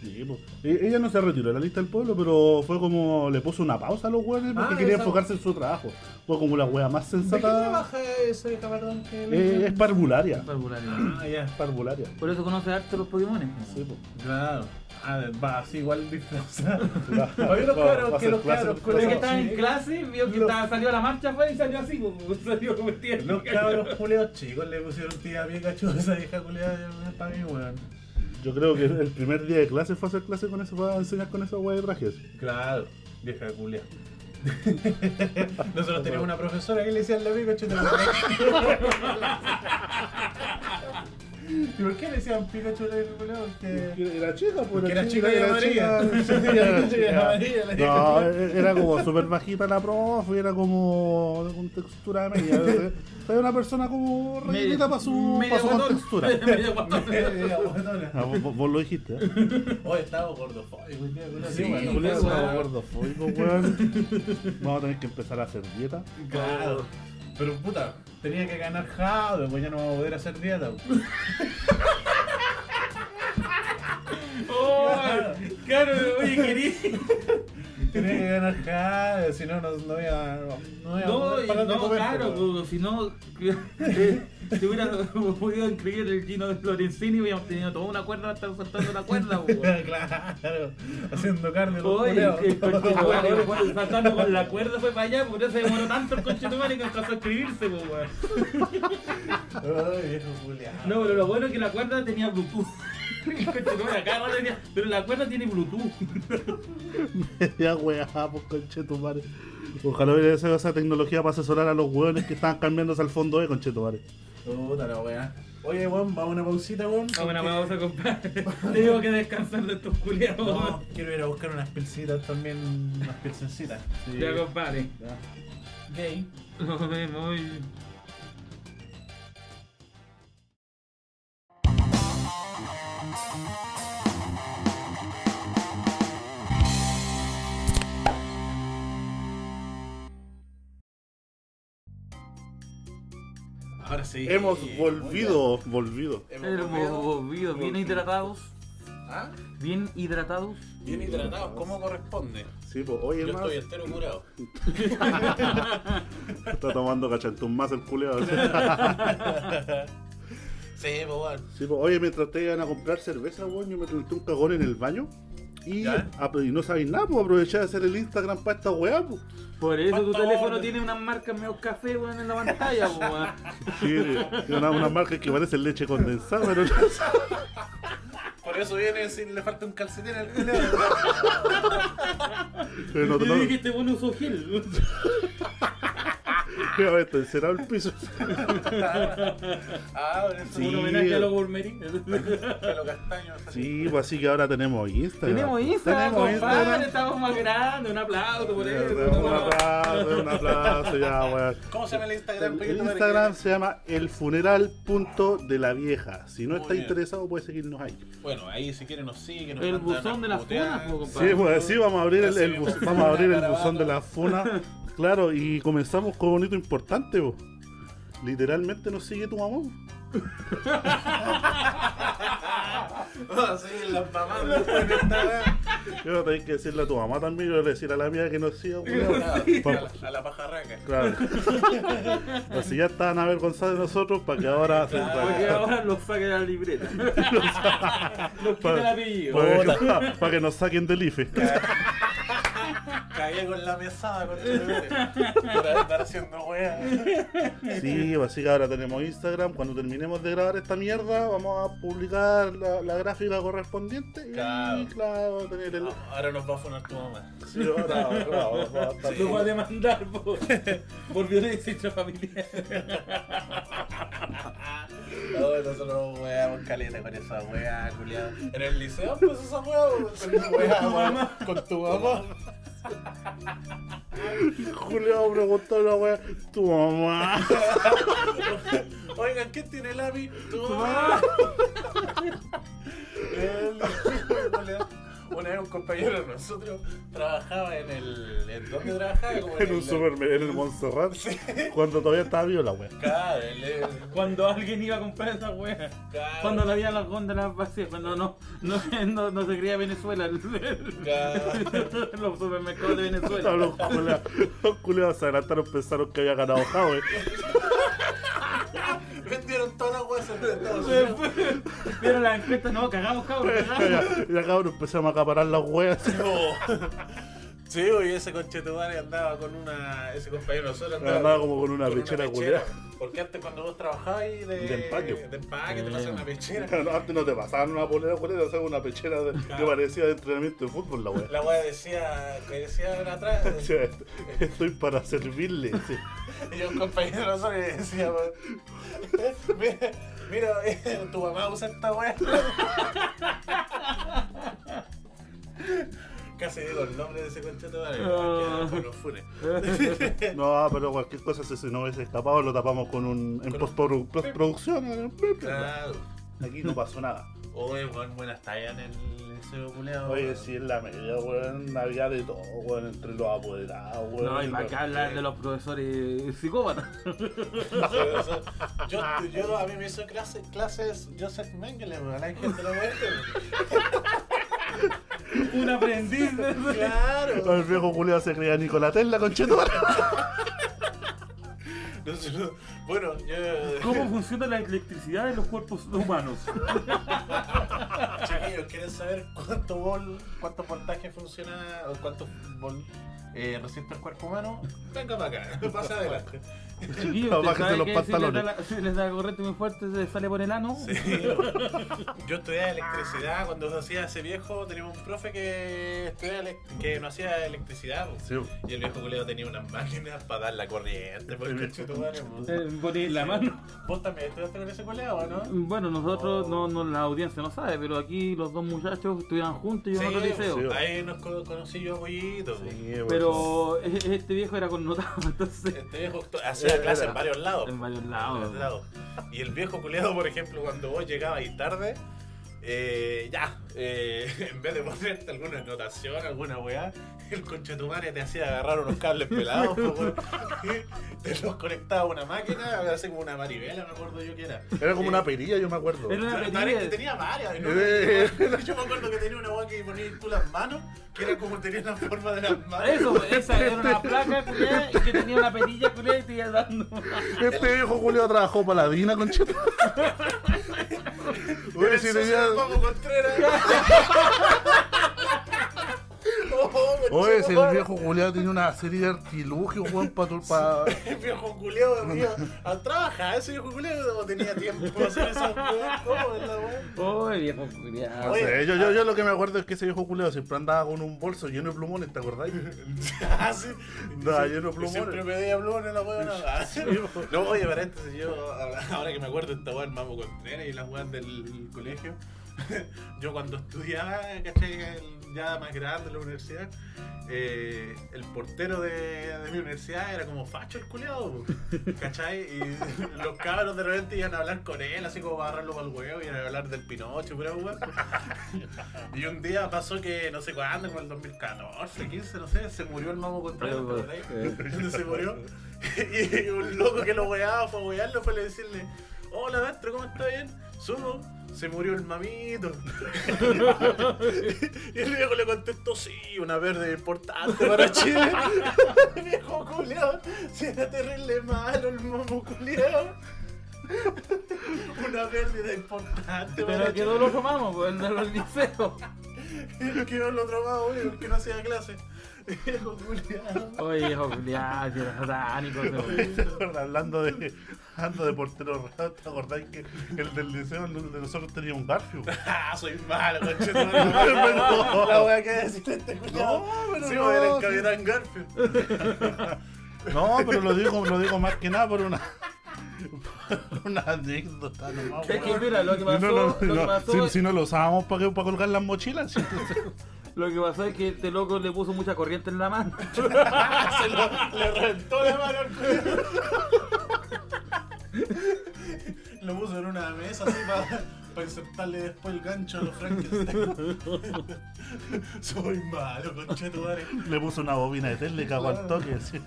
S2: Sí, pues. E- Ella no se retiró de la lista del pueblo, pero fue como le puso una pausa a los weones porque
S6: Ah,
S2: quería
S6: esa-
S2: enfocarse en su trabajo. Fue como la wea más
S6: ¿De qué
S2: sensata.
S6: trabaja ese cabrón que
S2: Eh, es parvularia.
S4: Parvulario.
S6: Ah, ya.
S2: Parvularia.
S4: Por eso conoce harto los Pokémon. ¿eh?
S2: Sí, pues.
S6: Claro. Ah, va así igual disfrazado.
S2: Va-
S6: Oye, los
S2: va-
S6: cabros,
S2: va a
S6: que
S2: ser
S6: los
S2: clase
S6: cabros,
S4: Pero
S2: disfrazada.
S6: colegio
S4: que estaba en clase, vio que
S6: Lo-
S4: estaba, salió a la marcha afuera y salió así, pues, salió metido.
S6: Los cabros culeados chicos le pusieron tía a Pikachu a esa vieja culeada para mí, weón.
S2: Yo creo que el primer día de clase fue a hacer clase con eso, fue a enseñar con esa wea de trajes.
S6: Claro, vieja culeada. Nosotros teníamos una profesora que le decían la Pikachu. ¿te acuerdas? ¿Y por qué le decían Pikachu a la vieja culeada? Porque...
S2: Era chica,
S6: Porque era chica y amarilla.
S2: Era
S6: Chica y amarilla, la
S2: chica. No, era como súper bajita la profe, era como con textura de media. ¿eh? Era una persona como rellenita para su,
S4: medio
S2: pa' su
S4: guatón.
S2: contextura.
S4: Medio guatón.
S6: Era guatona.
S2: Ah, vos, vos lo dijiste. ¿eh?
S6: Hoy estaba gordofóbico, y culeado.
S4: Sí,
S6: weón.
S4: culeado.
S2: Estaba gordofóbico, weón. Vamos a tener que empezar a hacer dieta.
S6: Claro. Pero puta, tenía que ganar jado, pues ya no va a poder hacer dieta. pues.
S4: Oh, claro, oye, querido.
S6: tenía que ganar jado, si no, no, no iba, no iba a
S4: No,
S6: poder
S4: y-
S6: parar de
S4: no,
S6: comer,
S4: claro,
S6: pues.
S4: pues, si no, eh, si hubiera podido inscribir el Gino de Lorenzini, hubiéramos tenido toda una cuerda hasta saltando la cuerda, pues.
S6: claro, haciendo carne. los
S4: Oye,
S6: culeados.
S4: el conchetumare, weón, saltando con la cuerda fue para allá, por eso demoró tanto el conchetumare que alcanzó a escribirse, pues, weón.
S6: Ay, viejo culeado.
S4: No, pero lo bueno es que la cuerda tenía Bluetooth. Conchetumare, cada rato decía, Pero la cuerda tiene Bluetooth.
S2: Ya, weá, pues conchetumare. Ojalá hubiera esa, esa tecnología para asesorar a los hueones que estaban cambiándose al fondo eh, de conchetumare.
S6: Puta la weá. Oye, weón, vamos a una pausita, weón.
S4: Ah, Vamos a
S6: porque-
S4: pausa, compadre. Tengo que descansar de estos culiados.
S6: No, quiero ir a buscar unas pilsitas también, unas pilsencitas. Sí.
S4: Ya, compadre.
S6: Ya.
S4: Gay. Nos vemos.
S6: Ahora sí.
S2: Hemos
S6: Oye,
S2: volvido, volvido.
S6: ya. Hemos volvido.
S4: Hermoso, bien hidratados.
S6: Ah,
S4: Bien hidratados.
S6: bien hidratados, como corresponde.
S2: Sí, pues, oye,
S6: Yo
S2: hermano,
S6: estoy entero curado.
S2: está tomando cachantún más el culeado.
S6: Sí, pues weón.
S2: Sí, pues, oye, mientras ustedes iban a comprar cerveza, weón, yo me metí un cagón en el baño. Y,
S6: Ya.
S2: ah, pues, y no sabéis nada, pues aproveché de hacer el Instagram para esta weá, pues.
S4: Por eso tu
S6: Pantone.
S4: teléfono tiene unas marcas medio café, weón, en la pantalla, po, weón.
S2: Sí, tiene una, una marca que parece leche condensada, pero no sé.
S6: Por eso viene sin le falta un calcetín al culiao.
S2: Pero no,
S4: Yo
S2: no,
S4: dije, este weón usó gel.
S2: no, está encerado el piso.
S6: Ah, por eso
S2: Sí.
S4: Un homenaje a los gourmeríes.
S6: que lo castaño.
S2: Sí, pues así que ahora tenemos Instagram.
S4: Tenemos Instagram,
S2: Tenemos
S4: compadre,
S2: Instagram.
S4: estamos más grandes, un aplauso por eso.
S2: Un aplauso, un aplauso, ya, weón.
S6: ¿Cómo se llama el Instagram?
S2: El,
S6: Pequeño Tomate?
S2: Instagram se llama el de la vieja. Si no
S6: Muy
S2: está
S6: bien.
S2: interesado, puede seguirnos ahí.
S6: Bueno, ahí si quieren nos siguen. Nos
S4: El
S6: mandan
S4: buzón
S6: unas
S4: de las
S6: puteadas.
S4: funas, po,
S2: Sí,
S4: compadre.
S2: pues sí, vamos a abrir el, el buz- vamos a abrir el buzón
S6: Garabato.
S2: de la funa. Claro, y comenzamos con bonito importante, vos. Literalmente nos sigue tu mamá.
S6: Ah, sí, las mamás no pueden estar.
S2: Yo no tengo que decirle a tu mamá también, yo le voy a decir a la mía que nos siga. culiao.
S6: Claro,
S2: Sí.
S6: a la- A la pajarraca.
S2: Claro. Así ya están avergonzados de nosotros para que ahora se-
S4: Porque ahora los saque de la libreta. los quita el
S2: para,
S4: apellido.
S2: para que, para que nos saquen del IFE.
S6: Cagué con la mesada, con Por estar haciendo wea.
S2: Sí, así que ahora tenemos Instagram. Cuando terminemos de grabar esta mierda, vamos a publicar la, la gráfica correspondiente. Y
S6: Claro.
S2: claro, tener el.
S6: Ahora nos va a funar tu mamá.
S2: Sí, ahora, ahora, ahora, ahora.
S4: Los va a demandar por, por violencia intrafamiliar.
S6: No, nosotros weamos caleta con esa wea, culiado. En el liceo, pues esa wea, con tu mamá. Con tu mamá.
S2: Julio preguntó a la wea, tu mamá.
S6: Oigan, ¿quién tiene lápiz? Tu mamá. El- Una vez un compañero de nosotros trabajaba en el. ¿En dónde trabajaba? Como
S2: En un
S6: el-
S2: supermercado, en el Montserrat. Cuando todavía estaba vivo la wea.
S6: Claro, el- el-
S4: Cuando alguien iba a comprar esa wea.
S6: Claro.
S4: Cuando no había las góndolas vacías. Cuando no, no, no, no se creía Venezuela.
S6: Claro.
S4: los supermercados de
S2: No,
S4: Venezuela.
S2: Los culiados- los culiados se adelantaron, pensaron que había ganado Jave.
S6: Vendieron todas las weas en Estados Unidos.
S4: Después, Vieron las encuestas, no, cagamos cabrón, cagamos.
S2: Ya, ya cabrón, empezamos a acaparar las weas.
S6: No. Sí, oye, ese conchetumare andaba con una. Ese compañero nosotros andaba,
S2: Andaba como con una pechera culiada.
S6: Porque antes cuando vos trabajabas ahí de.
S2: De empaque.
S6: De empaque, te pasaban
S2: Eh.
S6: una pechera.
S2: Antes no te pasaban una polera, culera, o sea, una pechera de- que parecía de entrenamiento de fútbol la wea.
S6: La wea decía. Que decía era atrás.
S2: O sea, Estoy para servirle. sí.
S6: Y un compañero de nosotros le decía, weón, mira, mira, eh, tu mamá usa esta wea. Casi digo el nombre de ese conchetumare.
S4: Ah.
S6: Que nos funes.
S2: No, pero cualquier cosa, si se nos hubiese escapado, lo tapamos con un. en
S6: Con un-
S2: postprodu- postproducción. eh,
S6: Claro.
S2: Aquí no pasó nada.
S6: Oye, weón, buenas tallas en el liceo culeado.
S2: Oye, sí, en la media, weón, había de todo, weón, entre los apoderados, weón.
S4: No, y
S2: los-
S4: para qué hablar de los profesores psicópatas.
S6: Yo, yo a mí me hizo clase, clases Joseph Mengele, weón, la gente de la muerte.
S4: Un aprendiz de
S6: weón. Claro.
S2: El viejo culiado se creía Nicolatella, conchetumare.
S6: Nosotros- bueno, yo.
S4: ¿Cómo funciona la electricidad de los cuerpos humanos?
S6: Chiquillos, ¿quieren saber cuánto vol, cuánto voltaje funciona o cuánto vol eh, resiste el cuerpo humano? Venga para acá, pasa adelante.
S4: Chiquillo,
S2: No,
S4: ¿usted
S2: bájate
S4: sabe
S2: los
S4: que
S2: pantalones.
S4: Si les da, la- si les da corriente muy fuerte, se sale por el ano.
S6: Yo estudiaba electricidad cuando se hacía ese viejo, teníamos un profe que estudiaba elec- que no hacía electricidad. po.
S2: Sí,
S6: Y el viejo culero tenía unas máquinas para dar la corriente, por conchetumare, po.
S4: Eh, poní la mano.
S6: Vos también estudiaste con ese culeado, ¿no?
S4: Bueno, nosotros, no, no, la audiencia no sabe, pero aquí los dos muchachos estuvieron juntos y yo en otro liceo.
S2: sí.
S6: ahí nos co- conocí yo pues. a Pollito. po.
S2: bueno.
S4: Pero eh, este viejo era connotado, entonces.
S6: Este viejo to- hacía clases en varios lados.
S4: En varios
S6: po, en
S4: lados.
S6: varios lados. Y el viejo culeado, por ejemplo, cuando vos llegabas ahí tarde, eh, ya, eh, en vez de ponerte alguna anotación, alguna weá, el conchetumare te hacía agarrar unos cables pelados, po, weón. te los conectaba a una máquina, así como una maribela, me acuerdo yo que era. Eh,
S2: Era como una perilla, yo me acuerdo.
S4: Eh, Era una
S6: Pero
S4: perilla.
S6: tenía- tenía varias. ¿no?
S2: Eh.
S6: Yo me acuerdo que tenía una hueá que ponías tú las manos, que era como tenía la forma de las manos.
S4: Eso, esa era una placa culiá, y que tenía una perilla culiá y te iba dando.
S2: Este viejo Julio trabajó para la Dina, conchito.
S6: Era
S2: Oye,
S6: el
S2: si
S6: socio
S2: tenía...
S6: de Paco Contreras. Oh,
S2: Oye, si el
S6: conchetumare.
S2: viejo Julio tenía una serie de artilugios, weón, para
S6: El viejo culiao venía a trabajar. Ese viejo culiao no tenía tiempo para hacer esas weas. ¿Cómo es la wea?
S4: Uy, viejo culiá.
S2: No
S6: Oye, ah.
S2: sé, yo, yo, yo lo que me acuerdo es que ese viejo Julio siempre andaba con un bolso lleno de plumones, ¿te acordáis?
S6: Ah, sí.
S2: No, yo no
S6: Yo Siempre
S2: plumones.
S6: pedía plumones la wea. No, ah, no oye, paréntesis, yo ahora- ahora que me acuerdo esta wea, el Mamo Contreras y las weas del colegio. Yo cuando estudiaba, ¿cachai? El- Ya más grande en la universidad, eh, el portero de, de mi universidad era como facho el culiado, ¿cachai? Y los cabros de repente iban a hablar con él, así como para agarrarlo para el huevo, iban a hablar del Pinocho, pero weón. Y un día pasó que, no sé cuándo, como el 2014, 15, no sé, se murió el mamo Contreras, ¿verdad? Se murió. Y un loco que lo weaba fue a wearlo, fue a decirle, hola maestro, ¿cómo está bien? Sumo, se murió el mamito. y el viejo le contestó, sí, una verde importante para Chile. El viejo culiao, si era terrible malo el mamo culiao. Una pérdida importante.
S4: Pero
S6: para
S4: quedó lo comamos, pues, en los liceos.
S6: el que no lo tramaba, obvio, porque no hacía clase. Viejo culiao.
S4: Oye, viejo culiá, si era satánico. se-
S2: hablando de hablando de portero raro, ¿te acordáis que el del liceo el de nosotros tenía un Garfield?
S6: Ah, soy malo, conchetumare. La wea que decir este culiao.
S2: No, pero
S6: Sí, pues,
S2: no,
S6: era el
S2: sí. pues,
S6: capitán Garfield.
S2: No, pero lo digo, lo digo más que nada por una por una anécdota nomás.
S4: Es que
S2: weón.
S4: mira, lo que pasó,
S2: No, no, no,
S4: lo que
S2: no.
S4: pasó
S2: Si, si no lo usábamos para, qué? para colgar las mochilas.
S4: Lo que pasó es que este loco le puso mucha corriente en la mano.
S6: Se lo, le reventó la mano al culiao. Lo puso en una mesa así para insertarle después el gancho a los Frankenstein. Soy malo, conchetumare.
S2: Le puso una bobina de tele, cagó al toque. sí.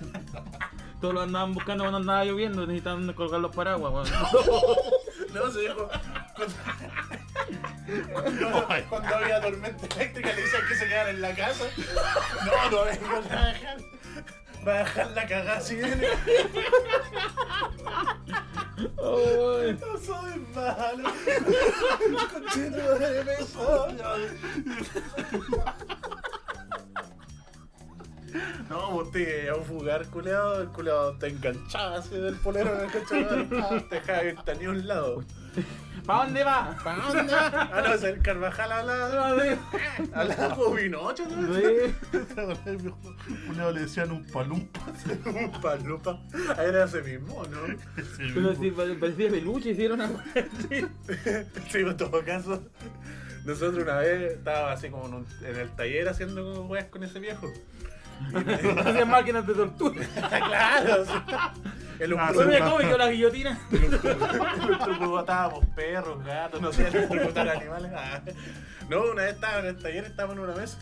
S4: Todos lo andaban buscando cuando andaba lloviendo, necesitaban colgar los paraguas. weón.
S6: No, se dijo. Cuando, cuando- cuando había tormenta eléctrica le decían que se quedaran en la casa. No, no, vengo a dejar. Va a dejar la cagada si viene. Oh,
S4: Ay,
S6: No soy malo. Conchito de beso. No, vos te a un fugar, culeado. El culeado te enganchaba así del polero en el cachorro. Te dejaba irte a ni un lado.
S4: ¿Pa' dónde va?
S6: ¿Para dónde? Ah, no, es el Carvajal hablaba de. Hablaba como Pinocho, ¿no?
S4: Sí.
S2: ¿Te acordáis, viejo? Un leo le decían un palumpa.
S6: Un palupa. Ahí era ese mismo, ¿no?
S4: Pero si pare- parecía peluche, hicieron una
S6: Sí, en todo caso. Nosotros una vez estábamos así como en, un- en el taller haciendo weas con ese viejo.
S4: Hacían máquinas de tortura.
S6: claro. sí. El
S2: Ah,
S6: hombre
S2: sí.
S4: Oye, ¿cómo yo la guillotina?
S6: electrocutábamos perros, gatos, no sé, electrocutar animales. Ah. No, una vez estábamos en el taller, estábamos en una mesa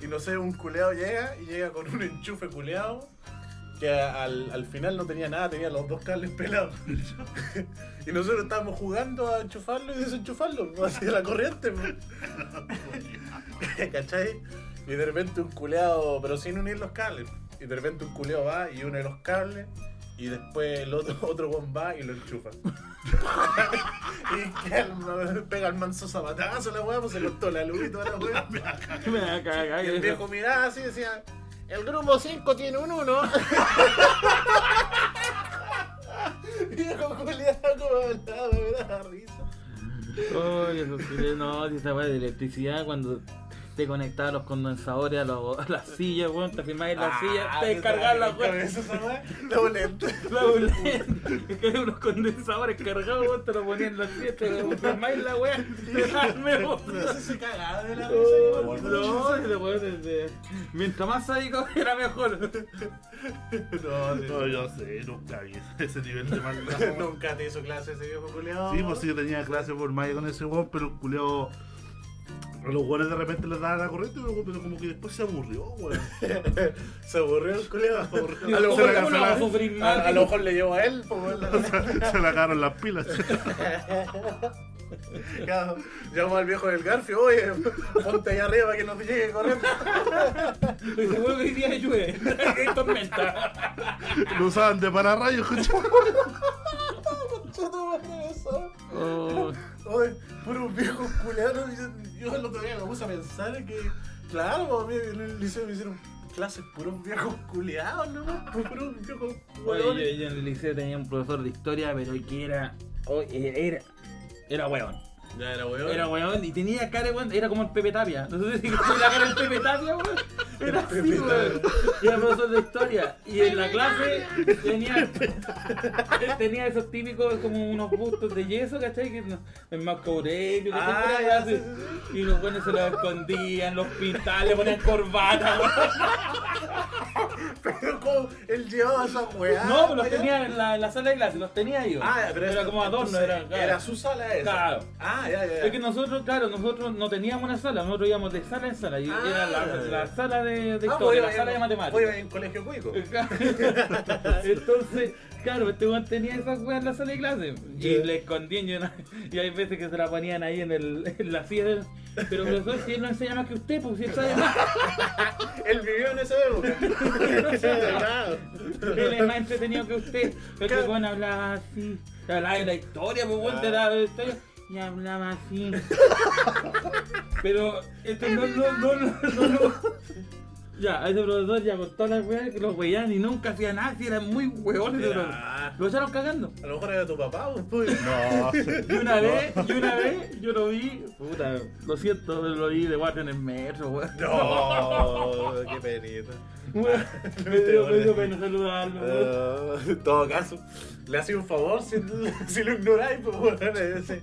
S6: y no sé, un culeado llega y llega con un enchufe culeado que al, al final no tenía nada, tenía los dos cables pelados. y nosotros estábamos jugando a enchufarlo y desenchufarlo, ¿no? así de la corriente. pues. ¿Cachai? Y de repente un culeado, pero sin unir los cables. Y de repente un culeado va y une los cables. Y después el otro, otro weón va y lo enchufa. Y que al- pega el manso zapatazo la weá, pues se cortó la luz y toda la weá.
S4: Me da cagada,
S6: Y el viejo miraba así y decía, el grupo 5 tiene un 1. viejo culiado como hablaba, me daba risa.
S4: Oye, esos chilenos, no, si esa weá de electricidad cuando te conectabas los condensadores a, los- a las sillas, weón, te firmabas en la silla, te descargabas la
S6: Ah, weá.
S4: weá.
S6: Eso es weá, la boleta.
S4: La boleta, es que hay unos condensadores cargados, weón, te lo ponías en la silla, te firmáis la weá, te das nuevo.
S6: No sé, se cagaba de la risa.
S4: Oh, No, si lo puedo desde. Mientras más sádico era mejor.
S6: No,
S2: No, yo sé, nunca vi ese nivel de maldad.
S6: no. Nunca te hizo clase ese viejo culiado.
S2: Sí, pues sí, yo tenía clase por malla con ese weón, pero el culiao. A los weones de repente les daba la corriente, pero pero como que después se aburrió, weón.
S6: pues. Se aburrió el culiado.
S2: A
S6: A
S2: lo
S6: lo
S2: mejor-
S6: mejor,
S2: ¿cómo lo va a
S4: sufrir
S6: a, lo mejor le llevo a él, pues weón, la-
S2: se le agarraron las pilas.
S6: Claro, Llamo al viejo del Garfio, oye, ponte ahí arriba para que nos llegue corriendo.
S4: Estoy seguro que hoy día llueve. Hay tormenta.
S2: Lo usaban de pararrayos, escucha.
S4: Oh,
S6: Oye, puro viejo culiado. Yo el otro día me puse a pensar que, claro, pues, a mí en el liceo me hicieron clases puros viejos culiados, ¿no? Pues, Puros viejos
S4: oye, yo,
S6: culiados.
S4: yo en el liceo tenía un profesor de historia, pero que era. oh, era. Era weón.
S6: Ya era weón.
S4: Era weón y tenía cara, weón. Era como el Pepe Tapia. No sé si conoces la cara del Pepe Tapia, weón. Era así,
S6: Pepe
S4: weón. Era profesor de historia. Y en la clase tenía. Tenía esos típicos, como unos bustos de yeso, ¿cachai? Que no- El Marco Aurelio, que
S6: Ah,
S4: siempre
S6: ya,
S4: era así.
S6: sí, sí,
S4: Y los buenos se los escondían, los pintaban, le ponían corbata, weón.
S6: Pero como él llevaba esas weas.
S4: No, pero los
S6: allá.
S4: tenía en la, en la sala de clase, los tenía yo.
S6: pues, Ah, pero
S4: era
S6: eso-
S4: como adorno,
S6: entonces,
S4: era. claro.
S6: Era su sala esa.
S4: Claro.
S6: Ah, ya, ya. ya.
S4: Es que nosotros, claro, nosotros no teníamos una sala, nosotros íbamos de sala en sala, y
S6: Ah.
S4: era la, la sala de, de
S6: Ah,
S4: historia,
S6: voy
S4: la
S6: a-
S4: sala de
S6: voy a
S4: matemáticas.
S6: en colegio cuico.
S4: Entonces, claro, este weón tenía esas weas en la sala de clase, y
S6: Ya.
S4: le escondían, y una- y hay veces que se la ponían ahí en, el, en la silla, del- pero profesor, si él no enseña más que usted, pues si él sabe más,
S6: Él vivió en esa época. Claro.
S4: él es más entretenido que usted. Este
S6: Claro.
S4: weón hablaba así, hablaba de la historia, pues weón, de
S6: Ah.
S4: la de la historia, y hablaba así. Pero esto no, no, no, no, no, no. Ya, a ese profesor ya con todas las weas que los weían y nunca hacía nada, si eran muy weones de profesor.
S6: Mira,
S4: Lo echaron cagando.
S6: A lo mejor era tu papá, pues.
S2: No,
S4: Y una vez, y una vez, yo lo vi, puta, lo siento, pero lo vi de guardia en el metro, weón.
S6: No, qué penita.
S4: Me dio, me dio pena saludarlo, weón.
S6: Eh, en todo caso, le hacía un favor si, si lo ignoráis, pues bueno, ese-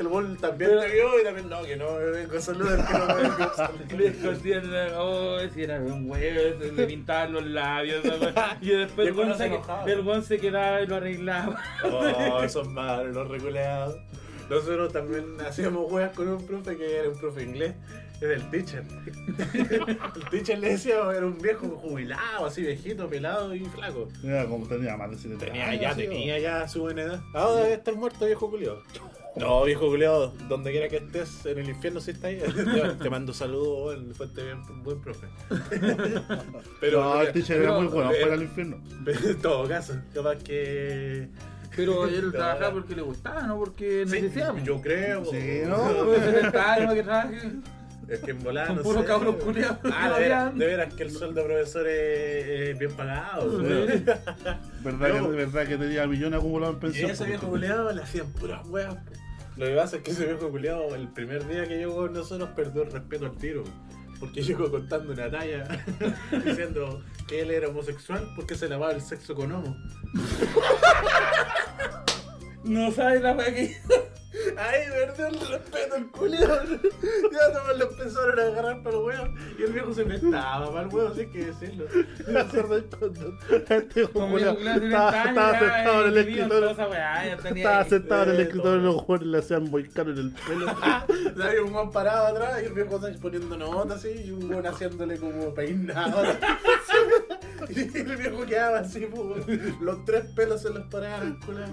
S6: El bol también te vio y también no, que no me vengo a saludar, que no me vengo a
S4: Le
S6: saludar.
S4: escondían la oh, si era un huevo, se le pintaban los labios, esa wea. y después
S6: Y
S4: el
S6: después
S4: weón
S6: no se
S4: se,
S6: enojaba.
S4: el weón se quedaba y lo arreglaba.
S6: Oh, son malos, los reculeados. Nosotros también hacíamos weas con un profe que era un profe inglés, era el teacher. El teacher le decía, era un viejo jubilado, así viejito, pelado y flaco.
S2: Mira, como tenía más de 70
S6: Tenía
S2: años,
S6: ya,
S2: sí,
S6: tenía ya su buena edad. Ahora Ah, debe estar muerto, viejo culiado. No, viejo culiado, donde quiera que estés, en el infierno si estás ahí, te- te mando saludos, weón, fuiste bien, buen profe.
S2: Pero no,
S6: Pero, eh,
S2: el teacher era
S4: pero-
S2: muy bueno,
S6: pero-
S2: fuera al infierno.
S6: pero en todo caso, capaz que...
S4: Pero él
S6: No.
S4: trabajaba porque le gustaba, no porque
S6: Sí,
S4: necesitaba.
S6: yo creo.
S2: Sí, ¿no?
S4: Porque se sentaba, no, que trabaje.
S6: Es que en volar,
S4: Son
S6: no
S4: puros
S6: sé.
S4: cabros culiados que
S6: Ah,
S4: lo
S6: de veras,
S4: hablan.
S6: de veras que el sueldo de profesor es, es bien pagado.
S4: Sí.
S2: ¿Verdad,
S6: No.
S2: que, verdad que tenía millones acumulados en
S6: Y
S2: pensión.
S6: ese
S2: porque-
S6: viejo culiado le hacían puras weas. po. Lo que pasa es que ese viejo culiado, el primer día que llegó con nosotros, perdió el respeto al tiro. Porque llegó contando una talla diciendo que él era homosexual porque se lavaba el sexo con homo.
S4: No sabe la wea que
S6: Ahí perdió el respeto el culiado. Ya todos lo empezaron a agarrar para el weón. Y el viejo se prestaba para el weón, así que decirlo.
S2: Me acordé cuando este viejo
S4: Como yo,
S2: culiao
S4: claro,
S2: estaba estaba
S4: eh,
S2: sentado en el escritorio. Estaba sentado en el
S6: eh,
S2: escritorio de
S6: todo.
S2: los jueces le hacían volcar en el pelo.
S6: Había un weón parado atrás y el viejo Sánchez poniendo notas así y un weón haciéndole como peinado. y el viejo quedaba así, pues, weón. los tres pelos se los paraban, culero.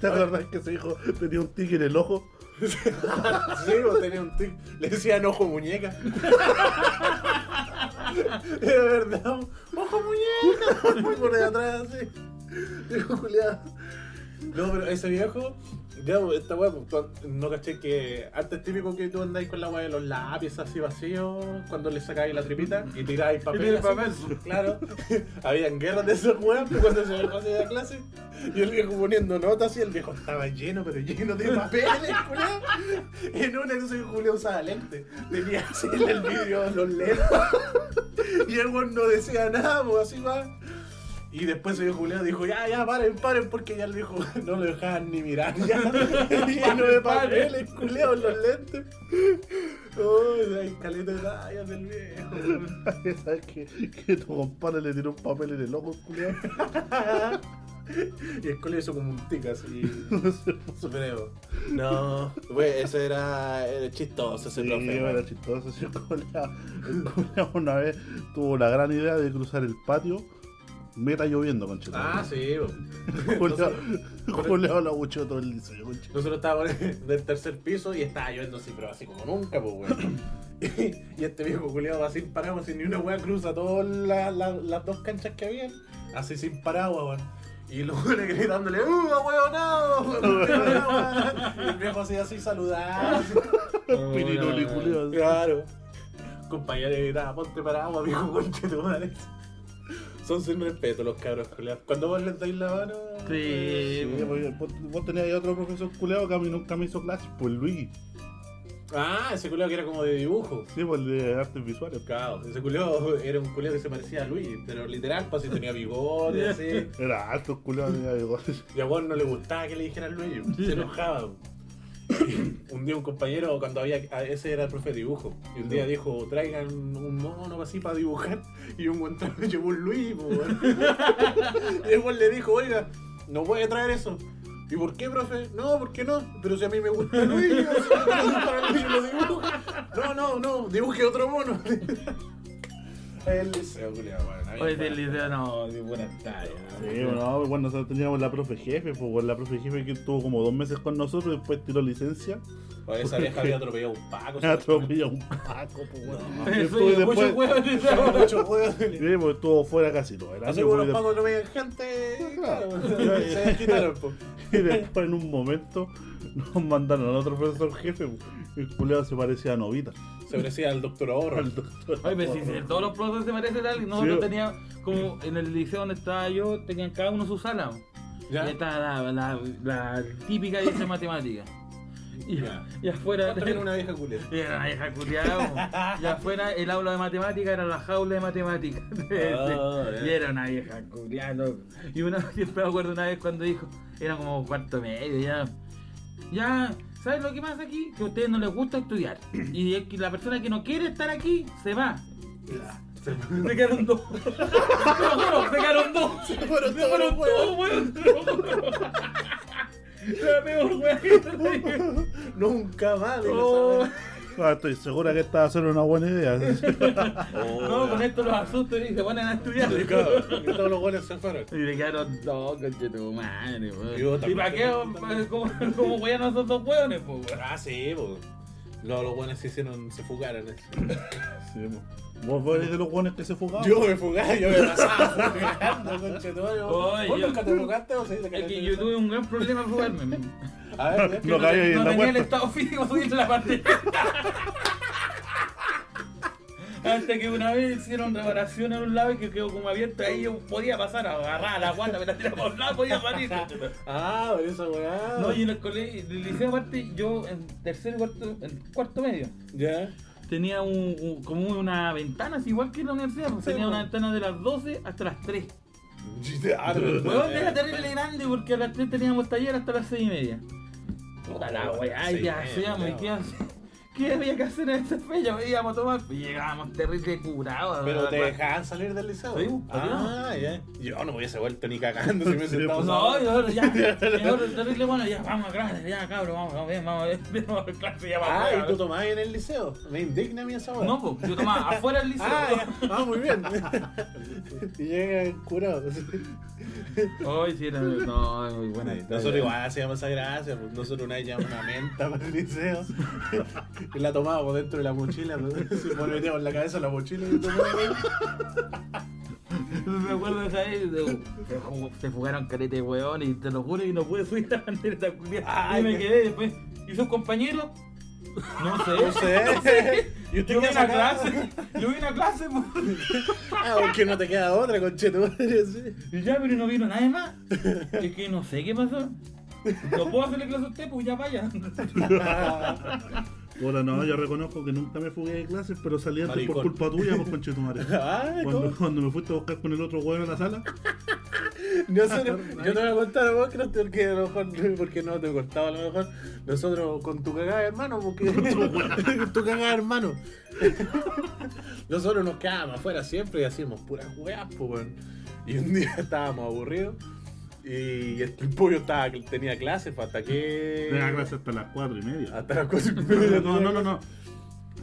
S2: ¿Te acordás que ese hijo tenía un tigre en el ojo?
S6: Sí, pues, tenía un tic. Le decían ojo muñeca. Era verdad, ojo muñeca. Muy por detrás así. Viejo culiado. No, pero ese viejo Ya, pues, esta weá, pues, tú- no caché que antes típico que tú andáis con la weá de los lápices así vacíos, cuando le sacáis la tripita y tiráis papel.
S4: tiráis
S6: así.
S4: papel.
S6: Claro. Habían guerras de esos weas pues, cuando se iba el pase de la clase. Y el viejo poniendo notas y el viejo estaba lleno, pero lleno de papeles, culiao. En una de esos Julio usaba lente. Tenía así en el vidrio los lentes. Y el weón no decía nada, pues así va. Y después el Julio dijo, ya, ya, paren, paren, porque ya el viejo no lo dejaban ni mirar. Ya, lleno de papeles, culeo, en los lentes. Uy, hay caleta de rayas del viejo.
S2: ¿Sabes que, que tu compadre le tiró un papel en el ojo, culiado?
S6: y el colegio hizo como un tic así. Supereo. No, güey, eso era, era chistoso ese
S2: Sí,
S6: profe. güey.
S2: era chistoso. sí, el culiao- el culiao una vez tuvo la gran idea de cruzar el patio. Meta lloviendo, conchito.
S6: Ah, sí.
S2: Julio,
S6: güey. nosotros-
S2: Julio lo abucheó todo el liceo, conchito.
S6: Nosotros estábamos en el tercer piso y estaba lloviendo así, pero así como nunca, pues, güey. Y, y este viejo culiado así sin paraguas, sin ni una wea cruza todas la- la- las dos canchas que habían, así sin paraguas, güey. Y los güeyes gritándole, ¡Uh, ahueonado, ahueonado!" Y el viejo así, así saludando. así.
S2: Pirinoli, culiao.
S6: Claro. Compañero, gritaba, ponte para agua, viejo, conche tu madre. Son sin respeto los cabros culiados. Cuando vos les dais la mano. eh,
S4: Sí,
S2: Sí, porque vos, vos tenías ahí otro profesor culeado que a mí nunca me hizo clase, pues Luigi.
S6: Ah, ese culiado que era como de dibujo.
S2: Sí, pues el de artes visuales.
S6: Claro, ese culiado era un culiado que se parecía a Luis, pero literal, pues si tenía bigote, así.
S2: Era alto culeado, tenía bigotes.
S6: Y a vos no le gustaba que le dijeran Luis, se enojaba. un día un compañero, cuando había. a- Ese era el profe de dibujo. Y un día dijo: traigan un mono así para dibujar. Y un buen trago llevó un Luis, po, weón. Y el weón le dijo: Oiga, no puede traer eso. ¿Y por qué, profe? No, ¿por qué no? Pero si a mí me gusta Luis, o sea, me gusta Luis, lo dibujo. No, no, no, dibuje otro mono. El liceo, culiao, weón. A mí
S4: Oye,
S6: me-
S4: del liceo no, de buenas tardes.
S2: Sí, bueno, pues, bueno, nosotros teníamos la profe jefe, pues bueno, la profe jefe que estuvo como dos meses con nosotros y después tiró licencia.
S6: Oye, esa vieja había atropellado un paco.
S2: Me atropelló un paco, pues bueno. Y
S4: Eso
S2: después- pues.
S4: y muchos
S2: después-
S4: hueones.
S6: Mucho weón.
S2: Sí, pues estuvo fuera casi todo el
S6: Así
S2: año. pues,
S6: como los
S2: y de-
S6: pagos no veían gente,
S2: Claro.
S6: claro, se quitaron, po.
S2: Y después en un momento nos mandaron a otro profesor jefe, pues, y el culeado se parecía a Novita.
S6: Se parecía al doctor Oro.
S2: al doctor.
S4: Oye, pero si si todos los profesores se parecen a alguien,
S2: Sí.
S4: nosotros teníamos, como en el liceo donde estaba yo, tenían cada uno su sala. Y
S6: ¿Ya?
S4: estaba la, la, la típica y de matemática. Y,
S6: Ya.
S4: y afuera.
S6: También una vieja culia.
S4: Era una vieja culiada. Y afuera el aula de matemática era la jaula de matemática.
S6: Ah, ya.
S4: y era una vieja culiada, loco. Y una siempre me acuerdo una vez cuando dijo, era como cuarto medio, ya. Ya, ¿sabes lo que pasa aquí? Que a ustedes no les gusta estudiar. Y es que la persona que no quiere estar aquí se va. Se quedaron dos. Te lo juro, se quedaron dos. Se
S6: fueron todos
S4: fueron
S6: los huevos.
S4: todos, weón. te lo juro. La peor weá que he hecho.
S6: Nunca más, de
S4: Oh.
S6: esa
S2: Ah, estoy segura que esta va a ser una buena idea.
S6: wea.
S4: No, con esto los asusto y se ponen a estudiar.
S6: Sí, cabrón, que todos los buenos se fueron.
S4: Y le quedaron dos, coche tu madre,
S6: Y vos
S4: weón. ¿Y
S6: también
S4: para
S6: te
S4: qué?
S6: gusta, también.
S4: ¿Cómo, cómo weón a esos dos weones, po, weón?
S6: Ah, sí, po. No, los buenos se hicieron, se fugaron. así.
S2: Sí, mo. pues. Vos vos eres de los buenos que se fugaban.
S6: Yo me fugaba, yo me pasaba fugando, conchetuario.
S4: Oye,
S6: ¿Vos
S4: yo-
S6: nunca te fugaste o sí?
S4: Es que yo tuve un gran problema en jugarme.
S6: A ver,
S2: No caí ahí en
S4: no
S2: la
S4: tenía el
S2: puerta.
S4: estado físico subir la parte. Hasta que una vez hicieron reparación en un lado y que quedó como abierto ahí yo podía pasar, agarrar la guata, me la tiraba por un lado, podía salir.
S6: Ah, por esa weá.
S4: No, y en el colegio, en el liceo aparte, yo en tercer y cuarto, en cuarto medio.
S6: Ya.
S4: tenía un, un- como una ventana, así, igual que en la universidad, pues,
S6: Sí,
S4: tenía una
S6: pues.
S4: ventana de las 12 hasta las 3.
S6: Ah, pero-
S4: Weón, era terrible grande porque a las 3 teníamos taller hasta las 6 y media. Puta la weá,
S6: Sí,
S4: y ya
S6: eh,
S4: hacíamos, y
S6: culiao.
S4: qué hacíamos. ¿Qué había que hacer en esa fecha? Íbamos a tomar, pues, llegábamos terrible curados.
S6: Pero
S4: la
S6: te
S4: verdad.
S6: dejaban salir del liceo.
S4: Sí, ¿por qué no?
S6: ah, ya. Yo no hubiese vuelto ni cagando si me
S2: Sí,
S6: hubiese sentado.
S2: pues.
S4: No,
S6: solo.
S4: y ahora ya, y ahora terrible bueno, ya, vamos a clase, ya cabrón, vamos, vamos bien, vamos bien, vamos a clase, ya vamos.
S6: Ah,
S4: a
S6: y tú tomabas en el liceo. Me indigna a mí esa weá.
S4: No, pues, yo tomaba afuera del liceo.
S6: Ah, ya. ah, muy bien. y llegan curados.
S4: Hoy sí era, no, es muy buena.
S6: Nosotros igual hacíamos esa gracia. pues. Nosotros una vez llevamos una menta para el liceo. y la tomábamos dentro de la mochila. pues. Si nos metíamos la cabeza en la mochila y la tomábamos.
S4: Me acuerdo de esa vez, de- se jugó- se fugaron carete de weón y te lo juro y no pude subir la bandera culiada.
S7: Ay,
S4: Y me
S7: qué-
S4: quedé después. ¿Y sus compañeros? No
S6: No
S4: sé.
S6: sé. ¿Y
S4: Yo
S6: usted
S4: vi
S6: qué
S4: una
S6: saca?
S4: clase. Yo vi una clase, po.
S6: Ah, porque no te queda otra, conchetumadre. sí.
S4: Y ya, pero no vino nadie más. Es que no sé qué pasó. No puedo hacerle clase a usted, pues ya vaya.
S2: Hola, no, yo reconozco que nunca me fugué de clases, pero salí antes por
S6: Maricón.
S2: culpa tuya, pues conchetumare.
S6: Ay, ¿cómo?
S2: Cuando, cuando me fuiste a buscar con el otro hueón en la sala,
S6: Nosotros, yo te voy a contar a vos, Cross, porque a lo mejor, porque no te contaba a lo mejor, nosotros con tu cagada de hermano, porque con tu cagada de hermano. nosotros nos quedábamos afuera siempre y hacíamos puras weas, po, weón. Y un día estábamos aburridos. Y el, el pollo estaba, tenía clases pues, hasta que.
S2: tenía clases hasta las cuatro y media.
S6: Hasta las cosas.
S2: No, no, no, no. no.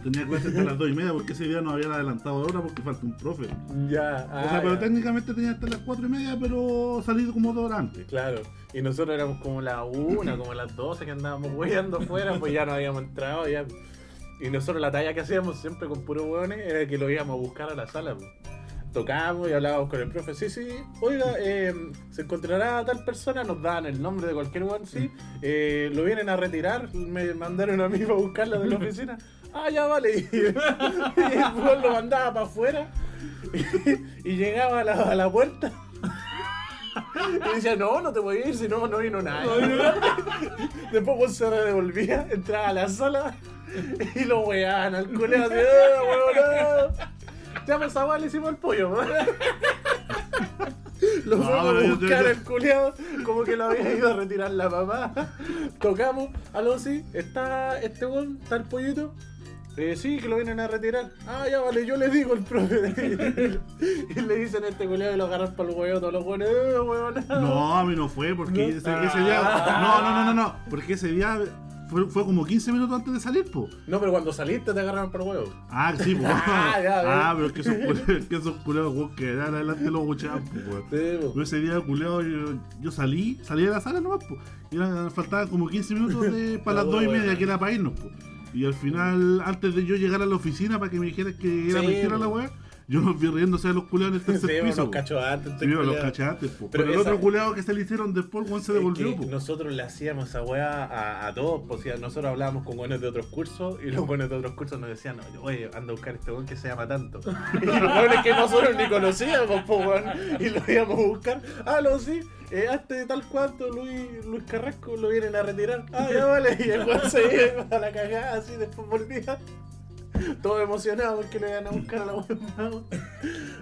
S2: Tenía clases hasta las dos y media porque ese día nos habían adelantado ahora porque falta un profe.
S6: Ya.
S2: o
S6: ah,
S2: sea, pero
S6: ya.
S2: técnicamente tenía hasta las cuatro y media, pero salí como dos horas antes.
S6: Claro, y nosotros éramos como la una, como las 12 que andábamos hueando afuera, pues ya no habíamos entrado. ya. Y nosotros la talla que hacíamos siempre con puros hueones era que lo íbamos a buscar a la sala. pues. Tocábamos y hablábamos con el profe, sí, sí, oiga, eh, se encontrará tal persona, nos dan el nombre de cualquier hueón, sí, eh, lo vienen a retirar, me mandaron a mí para buscarla de la oficina. Ah, ya vale. Y, el hueón lo mandaba para afuera y, llegaba a la, a la puerta. Y decía, no, no te voy a ir, si no, no vino nadie. Después vos se devolvía, entraba a la sala y lo weaban al culeo así, "Ah, huevonao". Ya pues esa weá le hicimos el pollo, weón. Lo
S2: No,
S6: fuimos
S2: pero
S6: a
S2: yo-
S6: buscar
S2: yo-
S6: al culeado, como que lo había ido a retirar la mamá. Tocamos, aló sí, está este weón, está el pollito. Eh, sí, que lo vienen a retirar. Ah, ya vale, yo le digo al profe. y le dicen a este culeado y lo agarran para el huevo, todos los hueones, "Eh, huevonao".
S2: No, a mí no fue, porque
S6: ¿No?
S2: Ese, ese día. No, no, no, no, no. Porque ese día fue, fue como 15 minutos antes de salir, po.
S6: No, pero cuando saliste te agarraron por huevo.
S2: Ah, sí, po.
S6: Ah, ya, ves.
S2: Ah, pero es que esos culeos, que esos culeos, weón, que eran adelante los bucheaban, po, weón.
S6: Sí,
S2: pues. Yo ese día, culeo, yo, yo salí, salí de la sala nomás, po. Y eran- faltaban como 15 minutos de- para las
S6: No,
S2: 2 y media,
S6: bueno.
S2: que era para irnos, po. Y al final, antes de yo llegar a la oficina para que me dijeras que era
S6: Sí,
S2: mentira la
S6: po.
S2: weá, yo los vi riéndose a los culeos en el tercer
S6: Sí,
S2: piso.
S6: los
S2: po.
S6: cachó antes.
S2: Sí, los cachantes, po. Pero,
S6: Pero
S2: el
S6: esa-
S2: otro culeado que se le hicieron después, weón, se
S6: Es
S2: devolvió, pues.
S6: que
S2: po.
S6: nosotros le hacíamos esa weá a, a todos, pues, o sea, nosotros hablábamos con buenos de otros cursos y los buenos de otros cursos nos decían, oye, anda a buscar este weón que se llama tanto. Y los weones que nosotros ni conocíamos, pues weón, y lo íbamos a buscar. Ah, lo sí, eh, a este tal cuanto, Luis, Luis Carrasco, lo vienen a retirar. Ah, ya vale, y el weón se iba a la cagada así, después volvía. Todo emocionado porque lo iban a buscar a la weón.